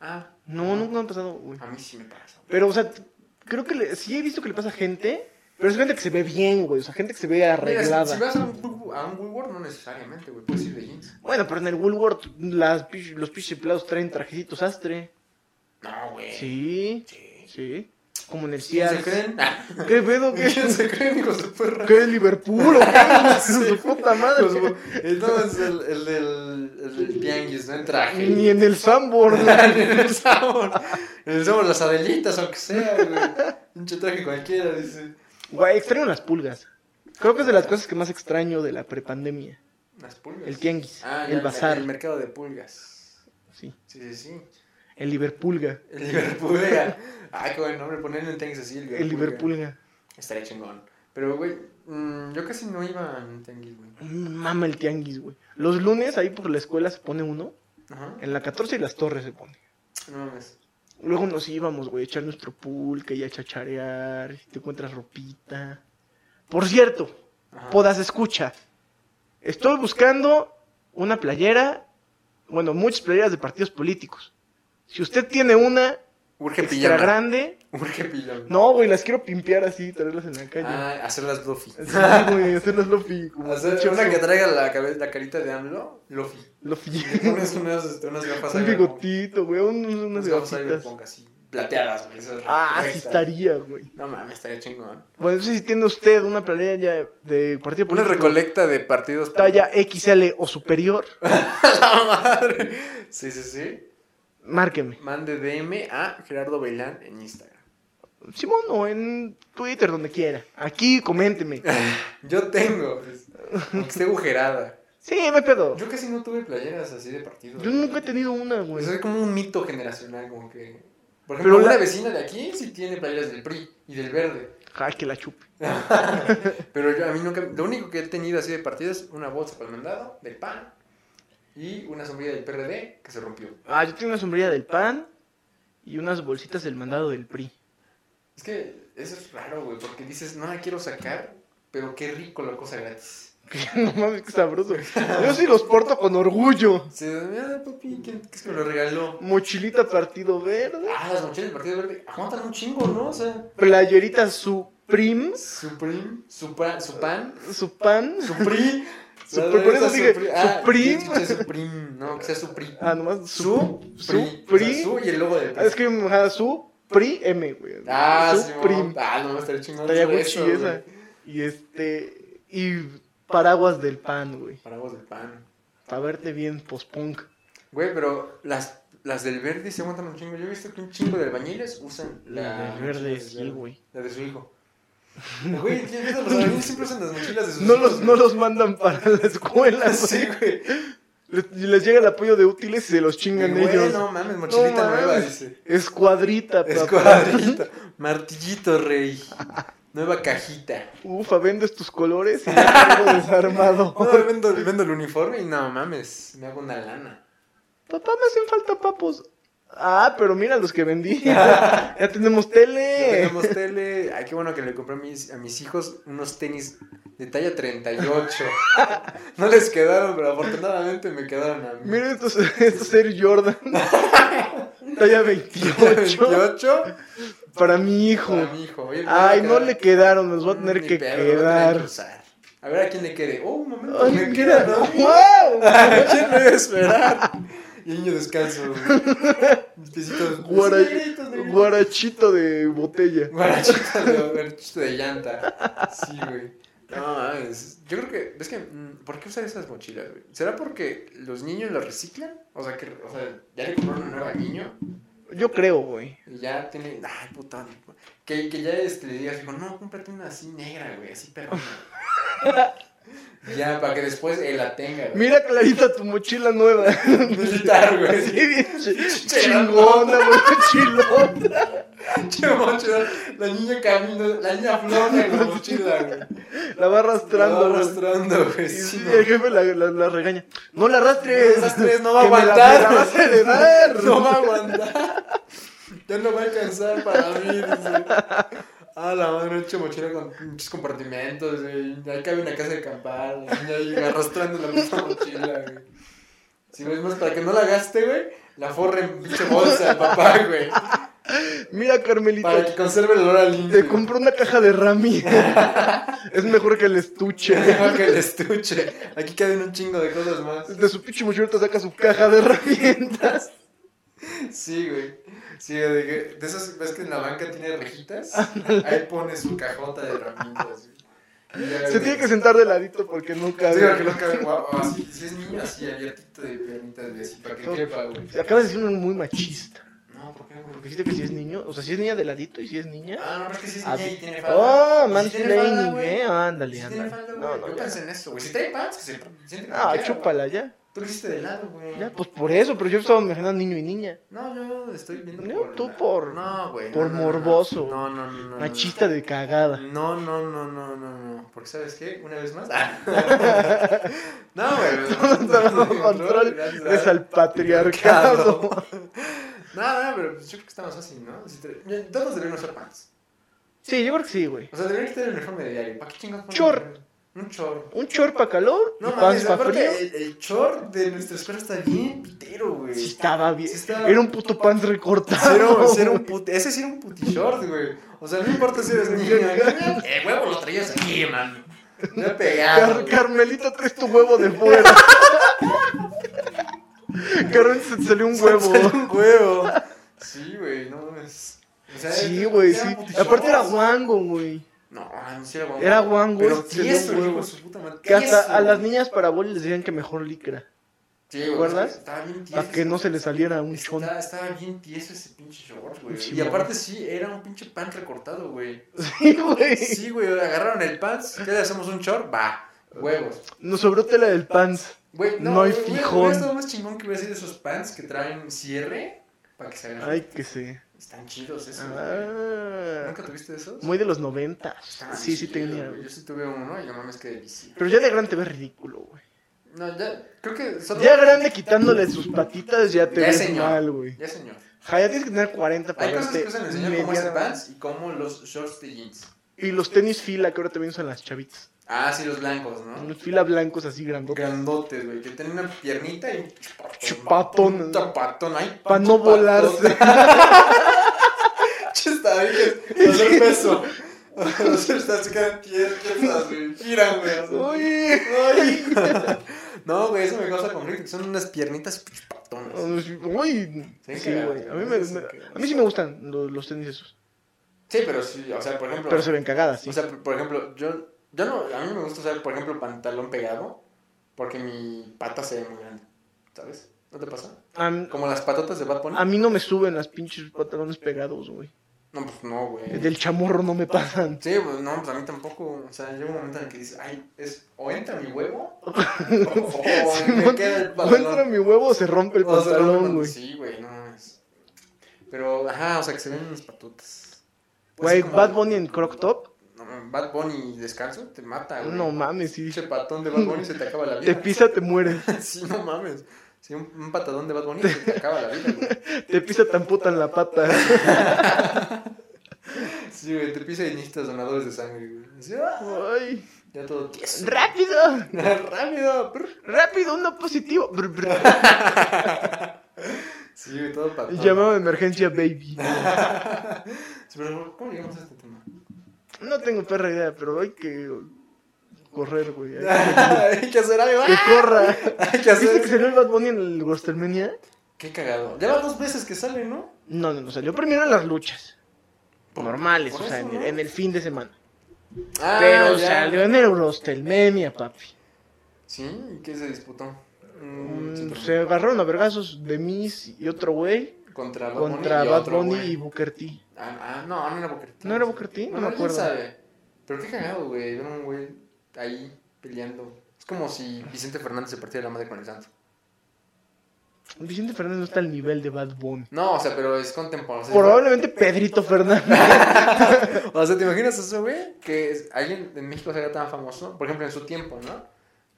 Speaker 2: Ah,
Speaker 1: No, nunca me ha pasado, güey.
Speaker 2: a mí sí me pasa. güey.
Speaker 1: Pero, o sea, t- creo que le- sí he visto que le pasa a gente, pero es gente que se ve bien, güey. O sea, gente que se ve
Speaker 2: Mira, si-
Speaker 1: arreglada.
Speaker 2: si vas a un, a un Woolworth, no necesariamente, güey. Puedes ir de jeans.
Speaker 1: Bueno, pero en el Woolworth las, pich- los pinches empleados traen trajecitos astre.
Speaker 2: No, güey.
Speaker 1: Sí,
Speaker 2: Sí.
Speaker 1: sí. Como en el
Speaker 2: ¿Quién se
Speaker 1: Sears.
Speaker 2: creen? Ah,
Speaker 1: ¿Qué pedo? ¿Qué,
Speaker 2: ¿Quién se creen, hijos de perra?
Speaker 1: ¿Qué es Liverpool? ¿O qué?
Speaker 2: Sí.
Speaker 1: Su puta madre.
Speaker 2: Los bu- Entonces, el, el, del, el del tianguis, ¿no? En traje.
Speaker 1: Ni en el Sanborn.
Speaker 2: en el sabor. En el sabor, las adelitas, aunque sea, güey. Pinche traje cualquiera, dice.
Speaker 1: Güey, extraño las pulgas. Creo que es de las cosas que más extraño de la prepandemia.
Speaker 2: Las pulgas.
Speaker 1: El tianguis,
Speaker 2: Ah, ya,
Speaker 1: el bazar,
Speaker 2: El mercado de pulgas.
Speaker 1: sí,
Speaker 2: Sí, sí, sí.
Speaker 1: el Liverpulga,
Speaker 2: El Liverpool. Ah, qué buen nombre, ponerle un tianguis así.
Speaker 1: el
Speaker 2: Liverpool.
Speaker 1: Liverpulga.
Speaker 2: Estaría chingón. Pero, güey, mm, yo casi no iba a tianguis, güey.
Speaker 1: Mm, Mama el tianguis, güey. Los lunes ahí por la escuela se pone uno.
Speaker 2: Ajá.
Speaker 1: En la 14 y las torres se pone.
Speaker 2: No mames.
Speaker 1: Luego nos íbamos, güey, a echar nuestro pulque y a chacharear. Si te encuentras ropita. Por cierto,
Speaker 2: Ajá.
Speaker 1: Podas escucha. Estoy buscando una playera, bueno, muchas playeras de partidos políticos. Si usted tiene una
Speaker 2: Urge
Speaker 1: extra
Speaker 2: pijama.
Speaker 1: grande,
Speaker 2: Urge pijama.
Speaker 1: no, güey, las quiero pimpear así, traerlas en la calle.
Speaker 2: Ah, hacerlas Luffy.
Speaker 1: Sí, güey, hacerlas lofi. como
Speaker 2: Hacer
Speaker 1: pinche
Speaker 2: una que
Speaker 1: oso.
Speaker 2: traiga la, cabe- la carita de AMLO, Luffy.
Speaker 1: Lofi.
Speaker 2: Le pones unas, este, unas gafas
Speaker 1: Un
Speaker 2: Cyberpunk.
Speaker 1: bigotito, güey, un- unas
Speaker 2: Unas gafas
Speaker 1: gafitas.
Speaker 2: Cyberpunk así, plateadas, güey. esas
Speaker 1: Ah, sí
Speaker 2: rectas.
Speaker 1: estaría, güey.
Speaker 2: No mames, estaría chingón.
Speaker 1: Bueno, no sé si tiene usted una playera ya de partido
Speaker 2: Una
Speaker 1: político.
Speaker 2: recolecta de partidos.
Speaker 1: Talla XL o superior,
Speaker 2: la madre. Sí, sí, sí.
Speaker 1: márqueme.
Speaker 2: Mande DM a Gerardo Bailán en Instagram.
Speaker 1: Simón o en Twitter, donde quiera. Aquí, coménteme.
Speaker 2: Yo tengo, pues, aunque esté agujerada.
Speaker 1: Sí, me pedo.
Speaker 2: Yo casi no tuve playeras así de partidos.
Speaker 1: Yo nunca he tenido una, güey.
Speaker 2: Pues es como un mito generacional, como que. Por
Speaker 1: Pero
Speaker 2: ejemplo, una
Speaker 1: la-
Speaker 2: vecina de aquí sí tiene playeras del PRI y del verde.
Speaker 1: Ah, que la chupe.
Speaker 2: Pero yo, a mí nunca. Lo único que he tenido así de partidos es una bolsa para el mandado, del PAN, y una sombrilla del PRD que se rompió.
Speaker 1: Ah, yo tengo una sombrilla del pan y unas bolsitas del mandado del PRI.
Speaker 2: Es que eso es raro, güey, porque dices, no la quiero sacar, pero qué rico la cosa gratis.
Speaker 1: no mames, qué sabroso. Yo sí los porto con orgullo.
Speaker 2: Se ah, papi, ¿quién qué es que me lo regaló?
Speaker 1: Mochilita partido verde.
Speaker 2: Ah, las mochilas del Partido Verde aguantan un chingo, ¿no? O sea,
Speaker 1: Playerita Supreme.
Speaker 2: Supreme, Supra, Supan,
Speaker 1: Su pan.
Speaker 2: Supri.
Speaker 1: Supri, por eso dije,
Speaker 2: Ah,
Speaker 1: Supreme.
Speaker 2: Supreme. Supreme, no, que sea Supri.
Speaker 1: Ah, nomás.
Speaker 2: Su,
Speaker 1: Su.
Speaker 2: Supri.
Speaker 1: Supri.
Speaker 2: su y el logo del
Speaker 1: Ah, es que me mojaba su. Pri M, güey.
Speaker 2: Ah,
Speaker 1: Supreme.
Speaker 2: Supreme. Ah, no, estaría chingón.
Speaker 1: Estaría
Speaker 2: hacer
Speaker 1: Gucci
Speaker 2: eso, güey.
Speaker 1: esa. Y este. Y paraguas del pan, güey.
Speaker 2: Paraguas del pan.
Speaker 1: Para verte bien post-punk.
Speaker 2: Güey, pero las, las del verde se aguantan un chingo. Yo he visto que un chingo de albañiles usan
Speaker 1: La
Speaker 2: la.
Speaker 1: del verde,
Speaker 2: mochila del
Speaker 1: sí, güey.
Speaker 2: La de su hijo. Güey, ¿quién piensa? Los albañiles siempre usan las mochilas de sus
Speaker 1: No
Speaker 2: hijos,
Speaker 1: los,
Speaker 2: güey.
Speaker 1: no los mandan para la escuela, güey.
Speaker 2: Sí, güey.
Speaker 1: Les, les llega el apoyo de útiles y se los chingan
Speaker 2: Güey,
Speaker 1: ellos.
Speaker 2: no mames, mochilita
Speaker 1: No mames.
Speaker 2: nueva, dice.
Speaker 1: Escuadrita, papá.
Speaker 2: Escuadrita, martillito rey, nueva cajita.
Speaker 1: Ufa, vendes tus colores y ya salgo desarmado.
Speaker 2: No, vendo, vendo el uniforme y no mames, me hago una lana.
Speaker 1: Papá, me hacen falta papos. Ah, pero mira los que vendí. ya tenemos tele.
Speaker 2: Ya Tenemos tele, ay qué bueno que le compré a mis, a mis hijos unos tenis de talla 38. No les quedaron, pero afortunadamente me quedaron a mí.
Speaker 1: Miren estos, estos Air Jordan. Talla 28,
Speaker 2: 28
Speaker 1: para mi hijo.
Speaker 2: para mi hijo. Oye, me
Speaker 1: Ay,
Speaker 2: voy a
Speaker 1: no
Speaker 2: quedar-
Speaker 1: le quedaron, nos va a tener
Speaker 2: Ni
Speaker 1: que
Speaker 2: pedo, me voy a tener
Speaker 1: quedar.
Speaker 2: que usar. A ver a quién le quede. Oh, un momento,
Speaker 1: Ay,
Speaker 2: me
Speaker 1: mira,
Speaker 2: quedaron a mí.
Speaker 1: ¡Wow!
Speaker 2: ¿Quién me iba a esperar? Y el niño descalzo. güey. Mis piecitos.
Speaker 1: Guara-
Speaker 2: negritos, negritos.
Speaker 1: Guarachito de botella.
Speaker 2: Guarachito de, guarachito de llanta. Sí, güey. No, mames. Yo creo que. ¿Ves que.? mm, ¿Por qué usar esas mochilas, güey? ¿Será porque los niños las reciclan? O sea, que, o sea ya le compraron una nueva al niño
Speaker 1: Yo creo, güey.
Speaker 2: y ya tiene. Ay, puta. Que, que ya este, le digas, digo, no, cómprate una así negra, güey, así pero. ya, para que después él la tenga, güey.
Speaker 1: Mira, Clarita, tu mochila nueva.
Speaker 2: Militar, güey.
Speaker 1: Sí, bien ch- chingona, güey, mochilota.
Speaker 2: Che mochila, la niña camina, la niña flota en la mochila, güey.
Speaker 1: La va arrastrando,
Speaker 2: La
Speaker 1: güey.
Speaker 2: va arrastrando,
Speaker 1: Y
Speaker 2: güey.
Speaker 1: sí,
Speaker 2: Sí,
Speaker 1: el jefe la, la- la regaña. No la arrastres.
Speaker 2: no. Esas tres no va a
Speaker 1: que me la-
Speaker 2: aguantar.
Speaker 1: me la vas a heredar.
Speaker 2: No va a aguantar. Ya no va a alcanzar para mí, dice. Ah, la madre, che mochila con muchos compartimentos, güey. Ahí cabe una casa de acampar, la niña ahí arrastrando la misma mochila, güey. Si no es más, para que no la gaste, güey, la forre en pinche bolsa, papá, güey.
Speaker 1: Mira,
Speaker 2: Para
Speaker 1: Carmelita,
Speaker 2: que conserve el olor al lindo.
Speaker 1: te compró una caja de Rami. es mejor que el estuche.
Speaker 2: Mejor que el estuche. Aquí caben un chingo de cosas más.
Speaker 1: De su pinche mochilota saca su caja de herramientas.
Speaker 2: Sí, güey. Sí, güey, de, que- de esas, ves que en la banca tiene rejitas. Ahí pone su cajota de herramientas, güey. Y ya,
Speaker 1: Se
Speaker 2: güey.
Speaker 1: tiene que sentar de ladito porque no
Speaker 2: Sí,
Speaker 1: cabe.
Speaker 2: porque no cabe guau, guau, así, Si es niño, así abiertito de piernitas, güey, así para que quepa, güey.
Speaker 1: Acabas de decir uno muy machista.
Speaker 2: No, ¿por qué, güey?
Speaker 1: Porque dijiste que si es niño, o sea, si es niña de ladito y si es niña.
Speaker 2: Ah, no, pero es que si es
Speaker 1: Ah,
Speaker 2: niña y tiene falda.
Speaker 1: Oh,
Speaker 2: Y si tiene falda,
Speaker 1: mansplaining,
Speaker 2: güey.
Speaker 1: eh.
Speaker 2: Y
Speaker 1: Ándale,
Speaker 2: Si tiene
Speaker 1: ándale.
Speaker 2: falda,
Speaker 1: No,
Speaker 2: güey.
Speaker 1: no,
Speaker 2: Yo
Speaker 1: ya.
Speaker 2: pensé en eso, güey. Si trae pants, que se siente como
Speaker 1: Ah,
Speaker 2: quiera, güey.
Speaker 1: chúpala ya.
Speaker 2: Tú lo hiciste de lado, güey.
Speaker 1: Ya, pues por eso, pero yo estaba imaginando niño y niña.
Speaker 2: No, yo estoy viendo
Speaker 1: No, tú por-
Speaker 2: No, güey.
Speaker 1: por
Speaker 2: no, no, no, no.
Speaker 1: morboso.
Speaker 2: No, no, no, no.
Speaker 1: Machista de cagada.
Speaker 2: No, no, no, no, no, no. Porque ¿sabes qué? Una vez más. no, güey. pues,
Speaker 1: Todo control
Speaker 2: gracias a-
Speaker 1: es al patriarcado.
Speaker 2: No, no, pero yo creo que está más fácil, ¿no? Si te- yo- Todos deberían usar pants.
Speaker 1: Sí, yo creo que sí, güey.
Speaker 2: O sea, deberían tener el uniforme de diario. ¿Para qué chingados? ponen
Speaker 1: Short.
Speaker 2: uniforme? Un short.
Speaker 1: Un short para calor y
Speaker 2: No
Speaker 1: pants
Speaker 2: mames,
Speaker 1: para frío.
Speaker 2: aparte eh, el, el short de nuestra escuela está bien pitero, güey.
Speaker 1: Sí estaba bien.
Speaker 2: Sí estaba-
Speaker 1: Era un puto pants recortado.
Speaker 2: Cero, cero un
Speaker 1: güey.
Speaker 2: put- ese sí era un puti short, güey. O sea, no importa si eres niño. El huevo lo traías aquí, man. No he pegado.
Speaker 1: Car-
Speaker 2: güey.
Speaker 1: Carmelita, traes tu huevo de fuera. Carmen se te salió un huevo.
Speaker 2: Salió un huevo. Sí, güey, no mames. O sea,
Speaker 1: Sí,
Speaker 2: era-
Speaker 1: güey,
Speaker 2: eran
Speaker 1: sí.
Speaker 2: puti
Speaker 1: Aparte era
Speaker 2: shorts.
Speaker 1: guango, güey.
Speaker 2: No, ah, no sí era guango.
Speaker 1: Era guango,
Speaker 2: Pero
Speaker 1: se le dio
Speaker 2: tieso,
Speaker 1: un
Speaker 2: hijo
Speaker 1: huevo.
Speaker 2: de su puta madre.
Speaker 1: Que
Speaker 2: tieso.
Speaker 1: hasta a las niñas para boli les decían que mejor licra.
Speaker 2: Sí, güey,
Speaker 1: ¿Recuerdas?
Speaker 2: Estaba bien tieso.
Speaker 1: Para que no se le saliera un chon.
Speaker 2: Estaba, estaba bien tieso ese pinche short, güey.
Speaker 1: Sí,
Speaker 2: y
Speaker 1: güey.
Speaker 2: aparte sí, era un pinche pan recortado, güey.
Speaker 1: Sí, güey.
Speaker 2: Sí, güey, agarraron el pants. ¿Qué le hacemos un short? Va, huevos.
Speaker 1: Nos sobró tela del pants.
Speaker 2: Güey, no,
Speaker 1: No hay
Speaker 2: güey,
Speaker 1: fijón.
Speaker 2: Hubiera estado más chingón que hubiera sido esos pants que traen cierre para que se hagan.
Speaker 1: Ay, que sí.
Speaker 2: Están chidos esos. güey.
Speaker 1: Ah,
Speaker 2: ¿Nunca tuviste esos?
Speaker 1: muy de los 90.
Speaker 2: Estaban
Speaker 1: Sí, sí
Speaker 2: chidos,
Speaker 1: tenía.
Speaker 2: güey. Yo Ah, sí tuve uno y no mames que delicioso.
Speaker 1: Pero ya de grande te ves ridículo, güey.
Speaker 2: No, ya, creo que. solo-
Speaker 1: Ya grande quitándole sus patitas ya te
Speaker 2: Ya,
Speaker 1: ves
Speaker 2: señor.
Speaker 1: mal, güey.
Speaker 2: Ya, señor.
Speaker 1: Ja, ya este, tienes que tener 40 para
Speaker 2: Hay cosas
Speaker 1: verte
Speaker 2: que usan el señor como ese
Speaker 1: medianamente-
Speaker 2: pants y como los shorts de jeans.
Speaker 1: Y los tenis fila que ahora también usan las chavitas.
Speaker 2: Ah, sí, los blancos, ¿no?
Speaker 1: Los fila blancos así grandotes.
Speaker 2: Grandotes, güey, que tienen una piernita y un
Speaker 1: Chupatón.
Speaker 2: Un tapatón, ay.
Speaker 1: Para no volarse.
Speaker 2: Chistadillas, hacer peso. Los estás quedan tiernas, güey. Giran, güey. así.
Speaker 1: Oye.
Speaker 2: Ay. No, güey, eso me causa conflicto. que Son unas piernitas pinches patonas.
Speaker 1: Uy,
Speaker 2: Sí,
Speaker 1: sí, güey. A mí, me,
Speaker 2: sí,
Speaker 1: me-
Speaker 2: que-
Speaker 1: a mí sí me gustan los, los tenis esos.
Speaker 2: Sí, pero sí, o sea, por ejemplo.
Speaker 1: Pero se ven cagadas, sí.
Speaker 2: O sea, por ejemplo, yo, yo no. A mí me gusta usar, por ejemplo, pantalón pegado. Porque mi pata se ve muy grande. ¿Sabes? ¿No te pasa?
Speaker 1: A, m-
Speaker 2: Como las patotas de Bad Bunny.
Speaker 1: a mí no me suben las pinches pantalones pegados, güey.
Speaker 2: No, pues no, güey.
Speaker 1: Del chamorro no me pasan.
Speaker 2: Sí, pues no, pues a mí tampoco. O sea, llega un momento en el que dices, ay, es o entra mi huevo o, o me
Speaker 1: Simón,
Speaker 2: queda el
Speaker 1: O
Speaker 2: pantalón.
Speaker 1: entra mi huevo o se rompe el
Speaker 2: O sea, no,
Speaker 1: pantalón,
Speaker 2: no,
Speaker 1: güey.
Speaker 2: Sí, güey, no mames. Pero, ajá, o sea, que se ven unas patotas.
Speaker 1: Güey,
Speaker 2: Así Pues como-
Speaker 1: Bad Bunny en crop top.
Speaker 2: No, mames, Bad Bunny descalzo te mata, Ah, güey.
Speaker 1: No mames, sí.
Speaker 2: Pinche patón de Bad Bunny se te acaba la
Speaker 1: Te
Speaker 2: vida.
Speaker 1: pisa, te mueres.
Speaker 2: sí, no mames. Sí, un, un patadón de Bad Bunny se te acaba la vida, güey.
Speaker 1: Te pisa, te amputan la pata.
Speaker 2: Sí, güey, te pisa y necesitas donadores de sangre, güey. Así, ah,
Speaker 1: Ay.
Speaker 2: ya todo tieso.
Speaker 1: ¡Rápido!
Speaker 2: Rápido, prr.
Speaker 1: ¡Rápido! ¡Uno positivo! Brr, brr.
Speaker 2: Sí, güey, todo patón.
Speaker 1: Llamado de emergencia, baby.
Speaker 2: Sí, pero, ¿cómo llegamos a este tema?
Speaker 1: No tengo perra idea, pero hay que correr, güey. Hay
Speaker 2: Hay que hacer algo. ¿eh?
Speaker 1: Que corra.
Speaker 2: Hay
Speaker 1: ¿Viste que
Speaker 2: que hacer.
Speaker 1: salió el Bad Bunny en el WrestleMania?
Speaker 2: Qué cagado. Ya van dos veces que sale, ¿no?
Speaker 1: No, no, no. Salió primero en las luchas. Normales,
Speaker 2: Por
Speaker 1: o sea,
Speaker 2: eso,
Speaker 1: en, el,
Speaker 2: ¿no?
Speaker 1: en el fin de semana.
Speaker 2: Ah,
Speaker 1: Pero
Speaker 2: ya.
Speaker 1: salió en el WrestleMania, papi.
Speaker 2: Sí, ¿y qué se disputó? Mm,
Speaker 1: Mm,
Speaker 2: se
Speaker 1: se agarraron a vergazos de Miss y otro güey
Speaker 2: tro- contra Bad Bunny.
Speaker 1: contra
Speaker 2: y
Speaker 1: Bad
Speaker 2: otro,
Speaker 1: Bunny
Speaker 2: güey.
Speaker 1: y Booker T.
Speaker 2: Ah, ah, no, no era Booker T.
Speaker 1: ¿No era Booker T? No
Speaker 2: Bueno,
Speaker 1: me
Speaker 2: quién
Speaker 1: acuerdo.
Speaker 2: sabe. Pero qué cagado, güey. Era un güey ahí peleando. Es como si Vicente Fernández se partiera la madre con el santo.
Speaker 1: Vicente Fernández no está al nivel de Bad Bunny.
Speaker 2: No, o sea, pero es contemporáneo. o sea,
Speaker 1: Probablemente Pedrito Fernández.
Speaker 2: O sea, ¿te imaginas eso, güey? Que es- alguien en México sea tan famoso, por ejemplo, en su tiempo, ¿no?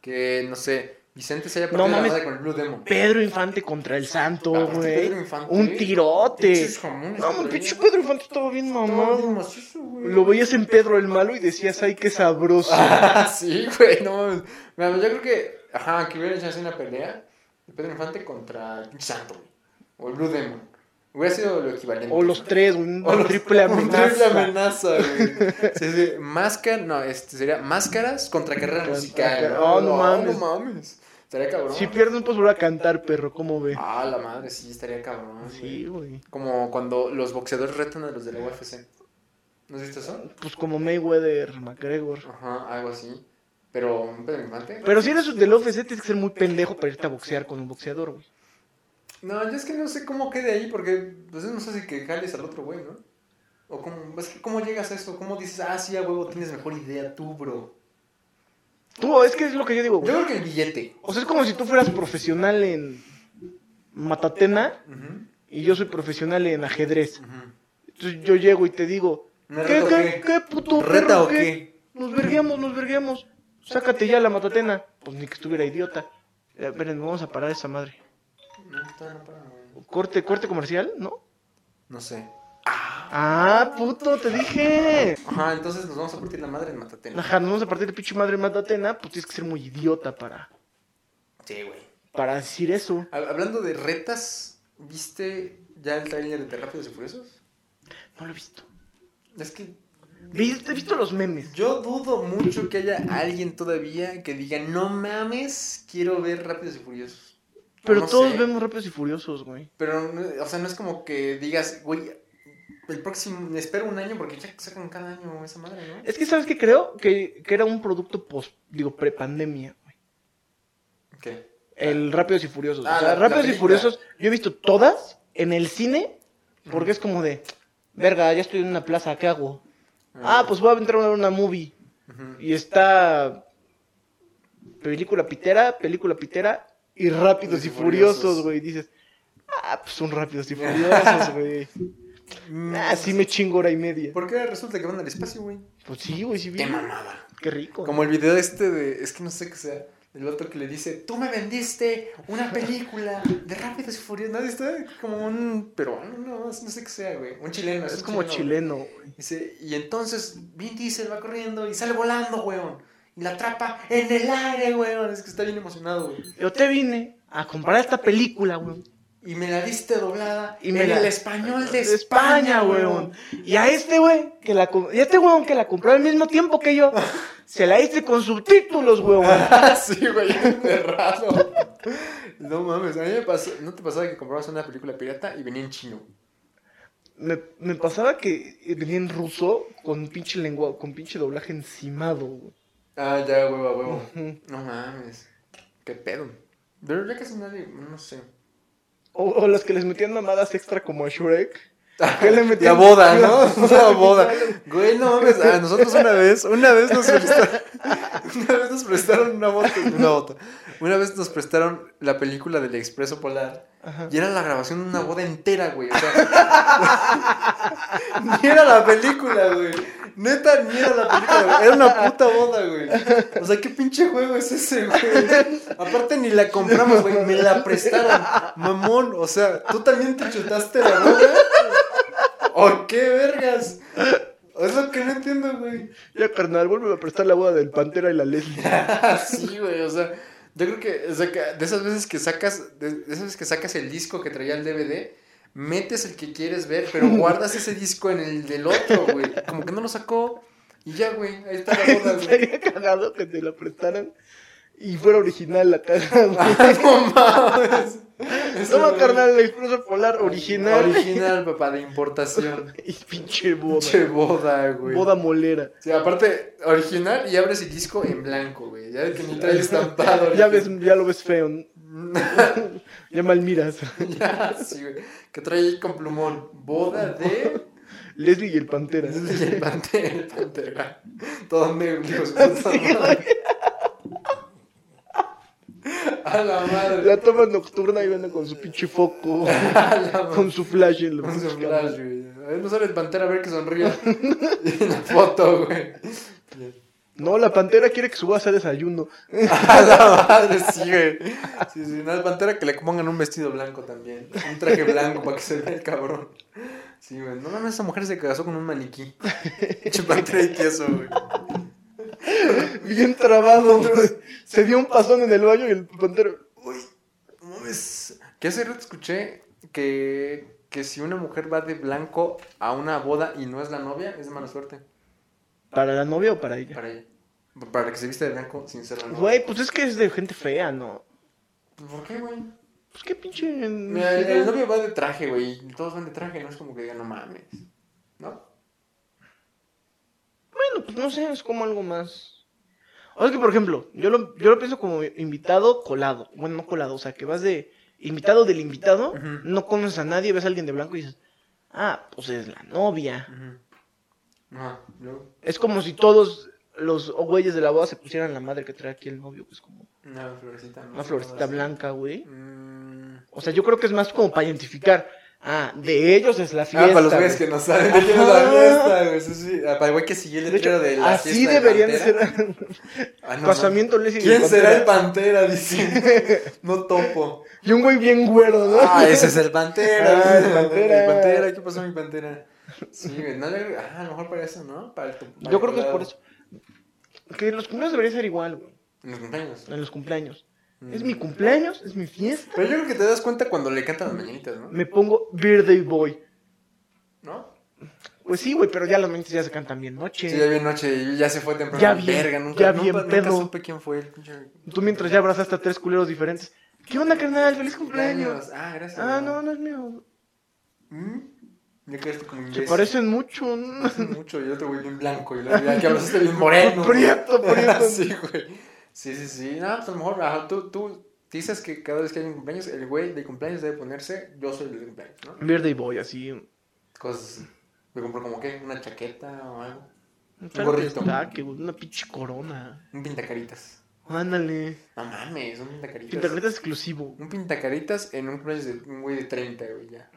Speaker 2: Que, no sé, Vicente se haya
Speaker 1: No
Speaker 2: partido la
Speaker 1: mames.
Speaker 2: madre con el Blue Demon.
Speaker 1: Pedro Infante contra el Santo,
Speaker 2: Aparte,
Speaker 1: güey.
Speaker 2: Pedro Infante,
Speaker 1: Un tirote.
Speaker 2: pinches jamones,
Speaker 1: No, el
Speaker 2: güey.
Speaker 1: pinche Pedro Infante estaba bien
Speaker 2: Todo bien
Speaker 1: mamado.
Speaker 2: macizo, güey.
Speaker 1: Lo veías en Pedro el Malo y decías, ay, qué sabroso.
Speaker 2: Ah, sí, güey, no mames. Mira, yo creo que, ajá, que hubieran hecho así una pelea de Pedro Infante contra el pinche Santo, güey. O el Blue Demon. Hubiera sido lo equivalente.
Speaker 1: O los tres, un
Speaker 2: O los-
Speaker 1: triple
Speaker 2: un triple
Speaker 1: amenaza.
Speaker 2: amenaza, güey. Sí, sí. Máscara, no, este sería máscaras contra carrera
Speaker 1: Contra-
Speaker 2: musical.
Speaker 1: oh, no mames.
Speaker 2: No mames. Estaría cabrón.
Speaker 1: Si pierdes, pues vuelve a cantar, perro, ¿cómo ve?
Speaker 2: Ah, la madre, sí, estaría cabrón.
Speaker 1: Sí,
Speaker 2: Sí.
Speaker 1: güey.
Speaker 2: Como cuando los boxeadores retan a los de la UFC. ¿No has visto eso?
Speaker 1: Pues como Mayweather, McGregor.
Speaker 2: Ajá, algo así. Pero un Pedro Infante.
Speaker 1: Pero si eres del UFC, tienes que ser muy pendejo para irte a boxear con un boxeador, güey.
Speaker 2: No, yo es que no sé cómo quede ahí porque pues no sé si que jales al otro güey, ¿no? O cómo, es que cómo llegas a eso, cómo dices, ah, sí, a huevo, tienes mejor idea tú, bro.
Speaker 1: Tú, es que es lo que yo digo,
Speaker 2: Yo
Speaker 1: güey.
Speaker 2: creo que el billete.
Speaker 1: O sea, es como si tú fueras profesional en Matatena
Speaker 2: Ujú,
Speaker 1: y yo soy profesional en ajedrez.
Speaker 2: ujú.
Speaker 1: Entonces yo llego y te digo,
Speaker 2: ¿Me
Speaker 1: ¿qué,
Speaker 2: reto
Speaker 1: qué,
Speaker 2: o qué?
Speaker 1: qué, puto
Speaker 2: ¿Reta
Speaker 1: perro,
Speaker 2: o qué?
Speaker 1: Nos verguemos, nos verguemos. Sácate ya la matatena. Pues ni que estuviera idiota. Eh, Esperen, vamos a parar esa madre.
Speaker 2: No, todavía no para, güey.
Speaker 1: Corte, corte comercial, ¿no?
Speaker 2: No sé.
Speaker 1: Ah, puto, te dije.
Speaker 2: Ajá, entonces nos vamos a partir la madre en Matatena.
Speaker 1: Ajá, nos vamos a partir de pinche madre en matatena, pues tienes que ser muy idiota para,
Speaker 2: Sí, güey.
Speaker 1: para decir eso.
Speaker 2: Hab- Hablando de retas, ¿viste ya el trailer de Rápidos y Furiosos?
Speaker 1: No lo he visto.
Speaker 2: Es que
Speaker 1: ¿Viste, he visto los memes?
Speaker 2: yo dudo mucho que haya alguien todavía que diga, no mames, quiero ver Rápidos y Furiosos.
Speaker 1: Pero
Speaker 2: No
Speaker 1: todos
Speaker 2: sé.
Speaker 1: vemos rápidos y furiosos, güey.
Speaker 2: Pero, no- o sea, no es como que digas, güey, el próximo, espero un año porque ya sacan cada año esa madre, ¿no?
Speaker 1: Es que, ¿sabes qué creo? Que, que era un producto post, digo, prepandemia, güey.
Speaker 2: ¿Qué?
Speaker 1: El Rápidos y Furiosos.
Speaker 2: Ah,
Speaker 1: o sea,
Speaker 2: la- la
Speaker 1: Rápidos y
Speaker 2: película.
Speaker 1: Furiosos, yo he visto todas en el cine, porque es como de, verga, ya estoy en una plaza, ¿qué hago? Ah, pues voy a entrar a ver una movie.
Speaker 2: Ujú.
Speaker 1: Y está película pitera, película pitera y Rápidos y Furiosos, güey. Dices, ah, pues un Rápidos y Furiosos, güey.
Speaker 2: Mm,
Speaker 1: Ah, sí me chingo hora y media.
Speaker 2: ¿Por qué resulta que van al espacio, güey?
Speaker 1: Pues sí, güey, sí,
Speaker 2: ¡Qué
Speaker 1: bien.
Speaker 2: mamada!
Speaker 1: Qué rico.
Speaker 2: Como el video este de. Es que no sé qué sea. El otro que le dice: Tú me vendiste una película de Rápidos y Furiosos. Nadie está como un peruano, no, no sé qué sea, güey. Un chileno.
Speaker 1: Es
Speaker 2: un
Speaker 1: como
Speaker 2: güey.
Speaker 1: chileno, güey.
Speaker 2: Dice: Y entonces Vin Diesel va corriendo y sale volando, weón. Y la atrapa en el aire, weón. Es que está bien emocionado, güey.
Speaker 1: Yo te vine a comprar esta película, güey.
Speaker 2: Y me la diste doblada
Speaker 1: Y me
Speaker 2: en
Speaker 1: la-
Speaker 2: el español de,
Speaker 1: de España, weón. Y a este güey, que la com- y a este weón que la compró al mismo tiempo que yo, se la hice con subtítulos, weón.
Speaker 2: Ah, sí, güey, enterrado. No mames, a mí me pasó, ¿no te pasaba que comprabas una película pirata y venía en chino?
Speaker 1: Me, me pasaba que venía en ruso con pinche lengua, con pinche doblaje encimado, güey.
Speaker 2: Ah, ya, huevo, a huevo.
Speaker 1: Ujú.
Speaker 2: No mames. Qué pedo. Pero ya casi nadie, no sé.
Speaker 1: O, o los que les metían mamadas extra como a Shrek. ¿Qué le
Speaker 2: La
Speaker 1: metían?
Speaker 2: boda, ¿no? La boda. Güey, no mames, a nosotros una vez, una vez nos prestaron, una vez nos prestaron una bota, una bota. Una vez nos prestaron la película del Expreso Polar
Speaker 1: Ajá.
Speaker 2: y era la grabación de una boda entera, güey. O sea, ni era la película, güey. Neta, ni era la película, güey. Era una puta boda, güey. O sea, qué pinche juego es ese, güey. Aparte ni la compramos, güey. Me la prestaron. Mamón, o sea, ¿tú también te chutaste la boda? ¿O qué vergas? Es lo que no entiendo, güey.
Speaker 1: Ya, carnal, vuelve a prestar la boda del Pantera y la Leslie.
Speaker 2: sí, güey, o sea, yo creo que, o sea, que de esas veces que sacas, de, de esas veces que sacas el disco que traía el DVD, metes el que quieres ver, pero guardas ese disco en el del otro, güey. Como que no lo sacó y ya, güey, ahí está la boda, güey.
Speaker 1: Estaría cagado que te la prestaran y fuera original la caja, güey.
Speaker 2: Ah, no mames. Eso
Speaker 1: Toma,
Speaker 2: no-
Speaker 1: carnal, la expresa polar original.
Speaker 2: Original, papá, de importación.
Speaker 1: Y pinche boda.
Speaker 2: Pinche boda, güey.
Speaker 1: boda molera.
Speaker 2: Sí, aparte, original y abres el disco en blanco, güey. Ya que ni trae estampado.
Speaker 1: Ya, ves, ya lo ves feo. ¿no?
Speaker 2: ves.
Speaker 1: Ya mal miras.
Speaker 2: Ya, sí, güey. Que trae ahí con plumón. Boda de.
Speaker 1: Leslie y el Pantera.
Speaker 2: Y el pantera. El pantera. Todo negros. puta madre. A la madre.
Speaker 1: La toma nocturna y ven con su pinche foco.
Speaker 2: A la madre.
Speaker 1: Con su flash en la
Speaker 2: Con su
Speaker 1: música.
Speaker 2: flash, güey. A ver, no sale el pantera a ver que sonríe. En la foto, güey.
Speaker 1: No, la pantera quiere que suba a desayuno.
Speaker 2: A la madre, sí, güey. Sí, sí, no, el pantera que le pongan un vestido blanco también. Un traje blanco para que se vea el cabrón. Sí, güey. No mames, esa mujer se casó con un maniquí. Pinche pantera y tieso, güey.
Speaker 1: Bien trabado. güey. Se dio un pasón en el baño y el pantera.
Speaker 2: Uy, no mames. Que hace rato escuché que, que si una mujer va de blanco a una boda y no es la novia, es de mala suerte
Speaker 1: ¿Para la novia o para ella?
Speaker 2: para ella. Para que se viste de blanco sin ser la novia.
Speaker 1: Güey, pues es que es de gente fea, ¿no?
Speaker 2: ¿Por qué, güey?
Speaker 1: Pues qué pinche.
Speaker 2: Mira, El, el novio va de traje, güey. y Todos van de traje, no es como que digan, no mames. ¿No?
Speaker 1: Bueno, pues no sé, es como algo más. O es que, por ejemplo, yo lo, yo lo pienso como invitado colado. Bueno, no colado, o sea, que vas de invitado del invitado,
Speaker 2: Ujú.
Speaker 1: no conoces a nadie, ves a alguien de blanco y dices, ah, pues es la novia.
Speaker 2: Ujú. No, yo.
Speaker 1: Es como si todos los güeyes de la boda se pusieran la madre que trae aquí el novio, pues como
Speaker 2: Una florecita. no
Speaker 1: una
Speaker 2: sé
Speaker 1: florecita
Speaker 2: cómo se-
Speaker 1: blanca, güey.
Speaker 2: Mm.
Speaker 1: O sea, yo creo que es más como para identificar. Ah, de ellos es la fiesta.
Speaker 2: ah, para los
Speaker 1: güey.
Speaker 2: güeyes que no saben de quién es la
Speaker 1: Ajá.
Speaker 2: fiesta, güey. Sí, sí. Ah, para el güey que siguió el
Speaker 1: De hecho,
Speaker 2: letrero de la
Speaker 1: así
Speaker 2: fiesta de
Speaker 1: deberían de ser.
Speaker 2: Pantera. Ah, no, no.
Speaker 1: Casamiento Leslie de
Speaker 2: ¿Quién será el
Speaker 1: Pantera.
Speaker 2: Pantera? Dice. No topo.
Speaker 1: Y un güey bien güero, ¿no?
Speaker 2: Ah, ese es el Pantera.
Speaker 1: Ah, el
Speaker 2: el
Speaker 1: Pantera.
Speaker 2: Pantera. ¿qué pasó mi Pantera? Sí, güey, no le... Ah, a lo mejor para eso, ¿no? Para el tu- para
Speaker 1: Yo
Speaker 2: el
Speaker 1: creo que es
Speaker 2: lado.
Speaker 1: por eso. Que los cumpleaños debería ser igual, güey.
Speaker 2: En los cumpleaños.
Speaker 1: En los cumpleaños. Es
Speaker 2: Mm.
Speaker 1: mi cumpleaños, es mi fiesta.
Speaker 2: Pero yo creo que te das cuenta cuando le cantan las mañanitas, ¿no?
Speaker 1: Me pongo birthday boy.
Speaker 2: ¿No?
Speaker 1: Pues sí, güey, pero ya las mañanitas ya se cantan bien noche.
Speaker 2: Sí, ya bien noche y ya se fue temprano.
Speaker 1: Ya bien-
Speaker 2: Verga, nunca,
Speaker 1: ya
Speaker 2: nunca-
Speaker 1: bien
Speaker 2: nunca
Speaker 1: pedo.
Speaker 2: supe quién fue el pinche...
Speaker 1: Tú mientras ya abrazaste a tres culeros diferentes. ¿Qué onda, carnal? ¡Feliz cumpleaños!
Speaker 2: Ah, gracias.
Speaker 1: Ah, no, no es mío.
Speaker 2: ¿Mm? Ya quedaste como
Speaker 1: Se
Speaker 2: imbécil.
Speaker 1: parecen mucho. ¿no?
Speaker 2: Hace mucho y otro güey bien blanco y la verdad que hablaste bien moreno.
Speaker 1: Prieto, prieto.
Speaker 2: sí, güey. Sí, sí, sí. No, pues a lo mejor ajá, tú, tú dices que cada vez que hay un cumpleaños, el güey de cumpleaños debe ponerse yo soy el de cumpleaños, ¿no?
Speaker 1: Birthday boy, así.
Speaker 2: Cosas así. Me compró como que una chaqueta o algo.
Speaker 1: Un
Speaker 2: gorrito.
Speaker 1: destaque, güey, una pinche corona.
Speaker 2: Un pintacaritas.
Speaker 1: Ándale.
Speaker 2: No mames, un pintacaritas.
Speaker 1: Pintacreta exclusivo.
Speaker 2: Un pintacaritas en un cumpleaños de un güey de 30, güey, ya.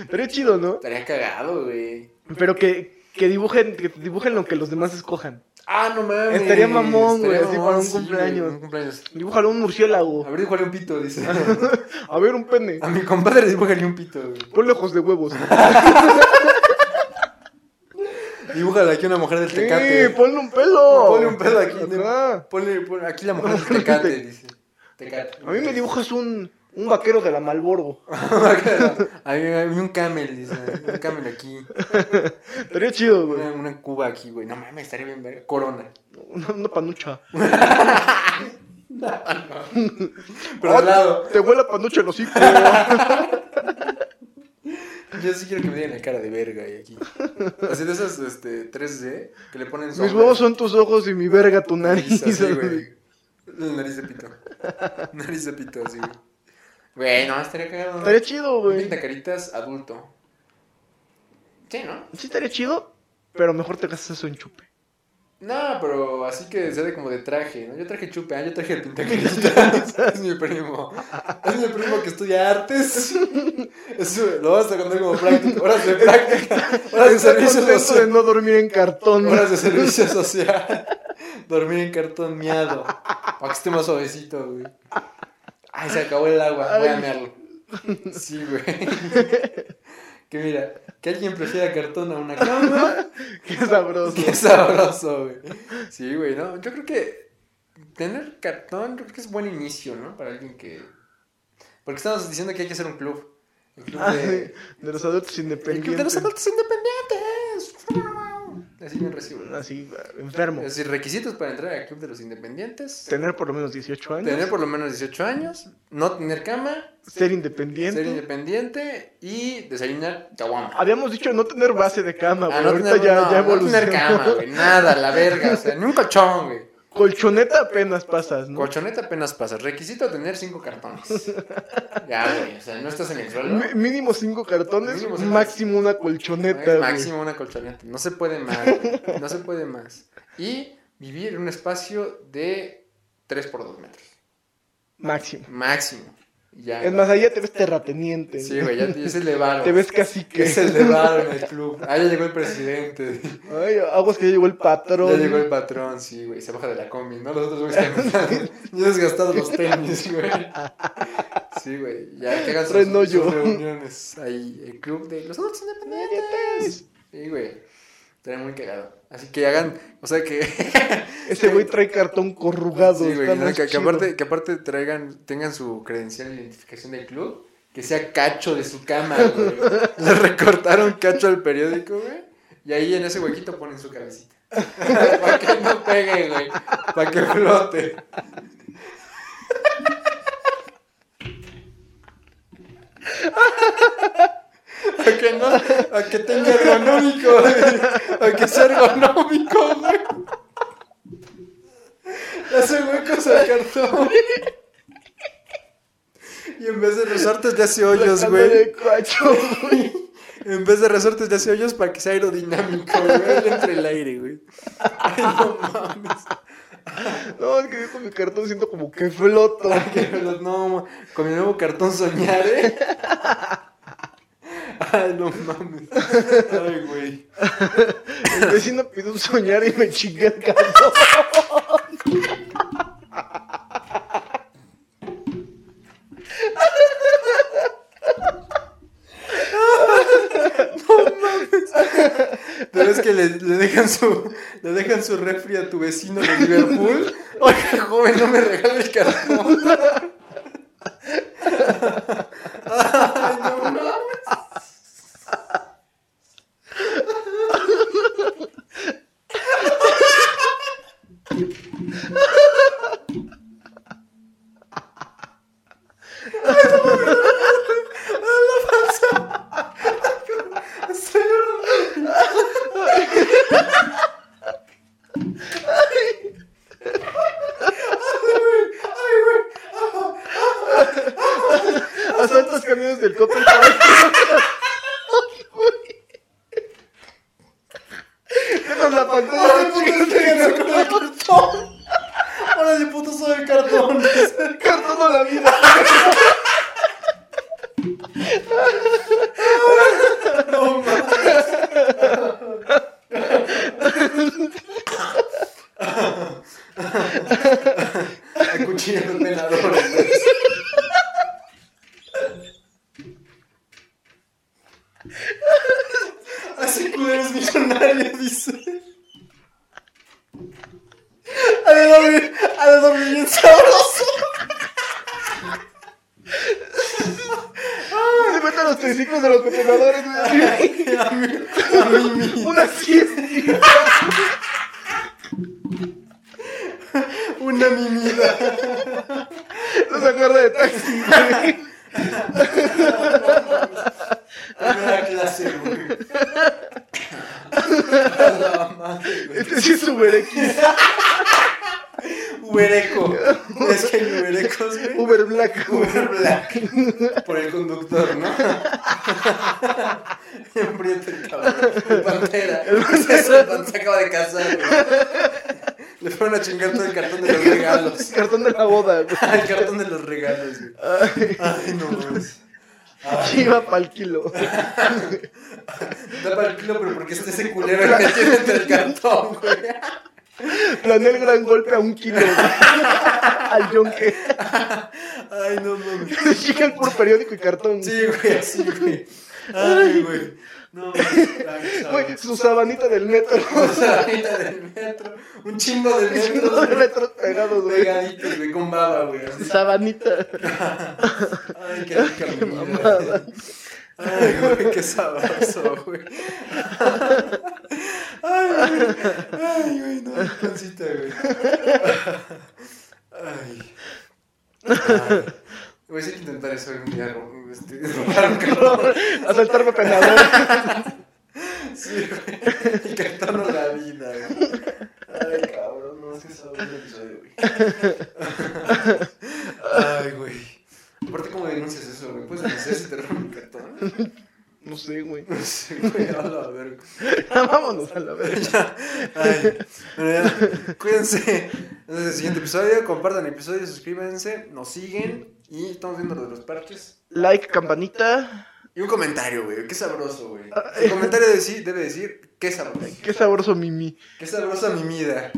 Speaker 1: Estaría chido, ¿no?
Speaker 2: Estaría cagado, güey.
Speaker 1: Pero que, que dibujen, que dibujen lo que los demás escojan.
Speaker 2: Ah, no mames.
Speaker 1: Estaría mamón, güey, así para un
Speaker 2: sí, güey,
Speaker 1: cumpleaños.
Speaker 2: Un cumpleaños.
Speaker 1: Dibújalo un murciélago.
Speaker 2: A ver, dibujale un pito, dice.
Speaker 1: A ver, un pene.
Speaker 2: A mi compadre dibujale un pito, güey.
Speaker 1: Ponle ojos de huevos.
Speaker 2: Ah, Dibújale aquí una mujer del
Speaker 1: Sí,
Speaker 2: tecate.
Speaker 1: ponle un pelo.
Speaker 2: Ponle un pelo aquí,
Speaker 1: Acá.
Speaker 2: Ponle, ponle- aquí la mujer del tecate, dice. Tecate.
Speaker 1: A mí me dibujas un, un vaquero de la Malborgo.
Speaker 2: a, mí, a mí un camel, dice. Un camel aquí.
Speaker 1: Estaría chido, güey.
Speaker 2: Una, una cuba aquí, güey. No mames, estaría bien verga. Corona.
Speaker 1: Una, una panucha.
Speaker 2: Pero al lado.
Speaker 1: Ah, Te huele a panucha el hocico.
Speaker 2: Yo sí quiero que me digan la cara de verga y aquí. Así de esas este, 3D que le ponen
Speaker 1: Mis
Speaker 2: sombra.
Speaker 1: huevos son tus ojos y mi verga tu nariz.
Speaker 2: Así, güey. Nariz de pito. Nariz de pito, así, güey. Güey, no, estaría cagado.
Speaker 1: Estaría chido,
Speaker 2: Un
Speaker 1: güey.
Speaker 2: pintacaritas adulto. Sí, ¿no?
Speaker 1: Sí, estaría chido, pero mejor te gastas eso en chupe.
Speaker 2: No, pero así que sea de como de traje, ¿no? Yo traje chupe, ah, yo traje el pintacaritas. es mi primo. Es mi primo que estudia artes. Es- lo vas a contar como práctica. Horas de práctica. Horas de
Speaker 1: Está
Speaker 2: servicio
Speaker 1: contento de
Speaker 2: social.
Speaker 1: no dormir en cartón.
Speaker 2: Horas de servicio social. Dormir en cartón miado. Para que esté más suavecito, güey. Ay, se acabó el agua. Voy a
Speaker 1: Ay.
Speaker 2: mearlo. Sí, güey. Que mira, que alguien prefiera cartón a una cama.
Speaker 1: Qué sabroso.
Speaker 2: Qué sabroso, güey. Sí, güey, ¿no? Yo creo que tener cartón, yo creo que es buen inicio, ¿no? Para alguien que... Porque estamos diciendo que hay que hacer un club. El club
Speaker 1: Ah,
Speaker 2: de,
Speaker 1: De de los adultos
Speaker 2: el club
Speaker 1: independientes.
Speaker 2: de los adultos independientes. Así bien recibo. ¿no?
Speaker 1: Así, enfermo.
Speaker 2: Es decir, requisitos para entrar al club de los independientes.
Speaker 1: Tener por lo menos 18 años.
Speaker 2: Tener por lo menos 18 años, no tener cama,
Speaker 1: Ser independiente.
Speaker 2: ser independiente y desayunar caguama.
Speaker 1: Habíamos dicho no tener base de cama, Ah, güey.
Speaker 2: Ah, no
Speaker 1: Ahorita
Speaker 2: tener-
Speaker 1: ya,
Speaker 2: no,
Speaker 1: ya
Speaker 2: no tener
Speaker 1: evolucionó.
Speaker 2: cama, güey. Nada, la verga. O sea, ni un colchón, güey.
Speaker 1: Colchoneta apenas pasas, ¿no?
Speaker 2: Colchoneta apenas pasa. Requisito tener cinco cartones. ya, güey. O sea, no estás en el suelo.
Speaker 1: M- mínimo cinco cartones,
Speaker 2: Mínimo cinco.
Speaker 1: máximo una colchoneta. güey.
Speaker 2: máximo una colchoneta. No se puede más. güey. No se puede más. Y vivir en un espacio de 3 por 2 metros.
Speaker 1: Máximo.
Speaker 2: Máximo. Ya.
Speaker 1: Es más, allá te ves terrateniente.
Speaker 2: Sí, güey. Ya es el de varo.
Speaker 1: Te ves cacique.
Speaker 2: Es el de varo en el club. Ah, ya llegó el presidente.
Speaker 1: Ay, aguas que ya llegó el patrón.
Speaker 2: Ya llegó el patrón, sí, güey. Se baja de la combi, ¿no? Los otros güeyes caminando. Ya desgastado los tenis, güey. Sí, güey. Ya que hagan sus,
Speaker 1: Traen hoyo.
Speaker 2: sus reuniones. Ahí, el club de los adultos independientes. Sí, güey. Estaría muy cagado. Así que hagan, o sea que.
Speaker 1: Ese güey trae cartón corrugado.
Speaker 2: Sí, güey.
Speaker 1: está
Speaker 2: ¿no?
Speaker 1: más
Speaker 2: Que, que
Speaker 1: chido.
Speaker 2: aparte, que aparte traigan, tengan su credencial de identificación del club. Que sea cacho de su cama, güey. Le recortaron cacho al periódico, güey. Y ahí en ese huequito ponen su cabecita. Para que no pegue, güey. Para que flote. A que no, a que tenga ergonómico, güey. a que sea ergonómico, güey. Hace huecos al cartón. Y en vez de resortes le hace hoyos,
Speaker 1: Sacándole
Speaker 2: güey.
Speaker 1: cacho, güey.
Speaker 2: En vez de resortes le hace hoyos para que sea aerodinámico, güey. Él entre el aire, güey. Ay, no mames.
Speaker 1: No, es que viendo mi cartón siento como que floto.
Speaker 2: Ay, qué veloz. No, ma- con mi nuevo cartón soñar, ¿eh? Ay, no mames. Ay, güey.
Speaker 1: El vecino pidió un soñar y me chingué el cartón.
Speaker 2: Pero es que le, le dejan su le dejan su refri a tu vecino de Liverpool. Oiga, joven, no me regale el cartón. Ay, no mames. Estoy llorando.
Speaker 1: Hasta estos camiones del Coppel para Dejas la
Speaker 2: Ahora
Speaker 1: pantalla
Speaker 2: el puto está lleno con el cartón. Ahora el puto soy el cartón.
Speaker 1: el cartón a la vida.
Speaker 2: No mames. Acuchillando peladores. güey. Así culeros millonarios, dice. Ha de dormir, ha de dormir bien sabroso.
Speaker 1: Se meten los triciclos de los contenedores. güey.
Speaker 2: A mí, a mí, mi-
Speaker 1: Una siesta.
Speaker 2: una mimida.
Speaker 1: No se acuerda de taxi. güey.
Speaker 2: Primera clase, güey. A la madre, güey.
Speaker 1: Este sí es Uber X.
Speaker 2: Ubereco. Es que el Ubereco es güey,
Speaker 1: Uber Black. güey.
Speaker 2: Uber Black. Por el conductor, ¿no? Bien prieto el cabrón. El pantera. Eso, el pantera acaba de casar, güey. Le fueron a chingar todo el cartón de los regalos.
Speaker 1: Cartón de la boda. güey.
Speaker 2: El cartón de los regalos, güey.
Speaker 1: Ay,
Speaker 2: Ay, no, mames.
Speaker 1: Iba pa'l kilo.
Speaker 2: Da para el kilo, pero porque está ese culero que tiene entre el cartón, güey.
Speaker 1: Planeé el gran golpe a un kilo. güey. Al yonque.
Speaker 2: Ay, no mames.
Speaker 1: Le chica el por periódico y cartón.
Speaker 2: Sí, güey, así, güey. Ay, güey. No,
Speaker 1: Güey,
Speaker 2: güey.
Speaker 1: su sabanita del metro.
Speaker 2: La mitad del metro. Un chingo de
Speaker 1: Chingo de metros
Speaker 2: metros
Speaker 1: pegados, güey.
Speaker 2: pegaditos, güey, con baba, güey. así.
Speaker 1: Sabanita.
Speaker 2: Ay, qué rica mi vida. Ay, güey, qué sabroso, güey. Ay, güey. Ay, güey, no, pancita, güey. Ay. Ay. Voy a intentar eso algún día. ro- este, robar un carro.
Speaker 1: Asaltarme penador.
Speaker 2: Sí, güey. El cartón o la vida, güey. Ay, cabrón, no sé saber el episodio, güey. Ay, güey. Aparte, ¿cómo denuncias eso, güey? ¿Puedes denunciar si te roban un cartón?
Speaker 1: No sé, güey.
Speaker 2: No sé, güey, a la verga.
Speaker 1: Vámonos a la verga.
Speaker 2: Ay, bueno, ya. Cuídense. Nos vemos en el siguiente episodio. Compartan el episodio, suscríbanse, nos siguen. Y estamos viendo lo de los parches.
Speaker 1: Like, campanita.
Speaker 2: Y un comentario, güey. Qué sabroso, güey. El comentario debe decir, debe decir qué sabroso.
Speaker 1: Qué sabroso mimi.
Speaker 2: Qué sabrosa mi vida.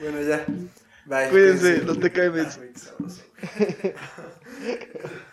Speaker 2: bueno, ya. Bye.
Speaker 1: Cuídense, los TKMs.
Speaker 2: Ah, güey, qué sabroso.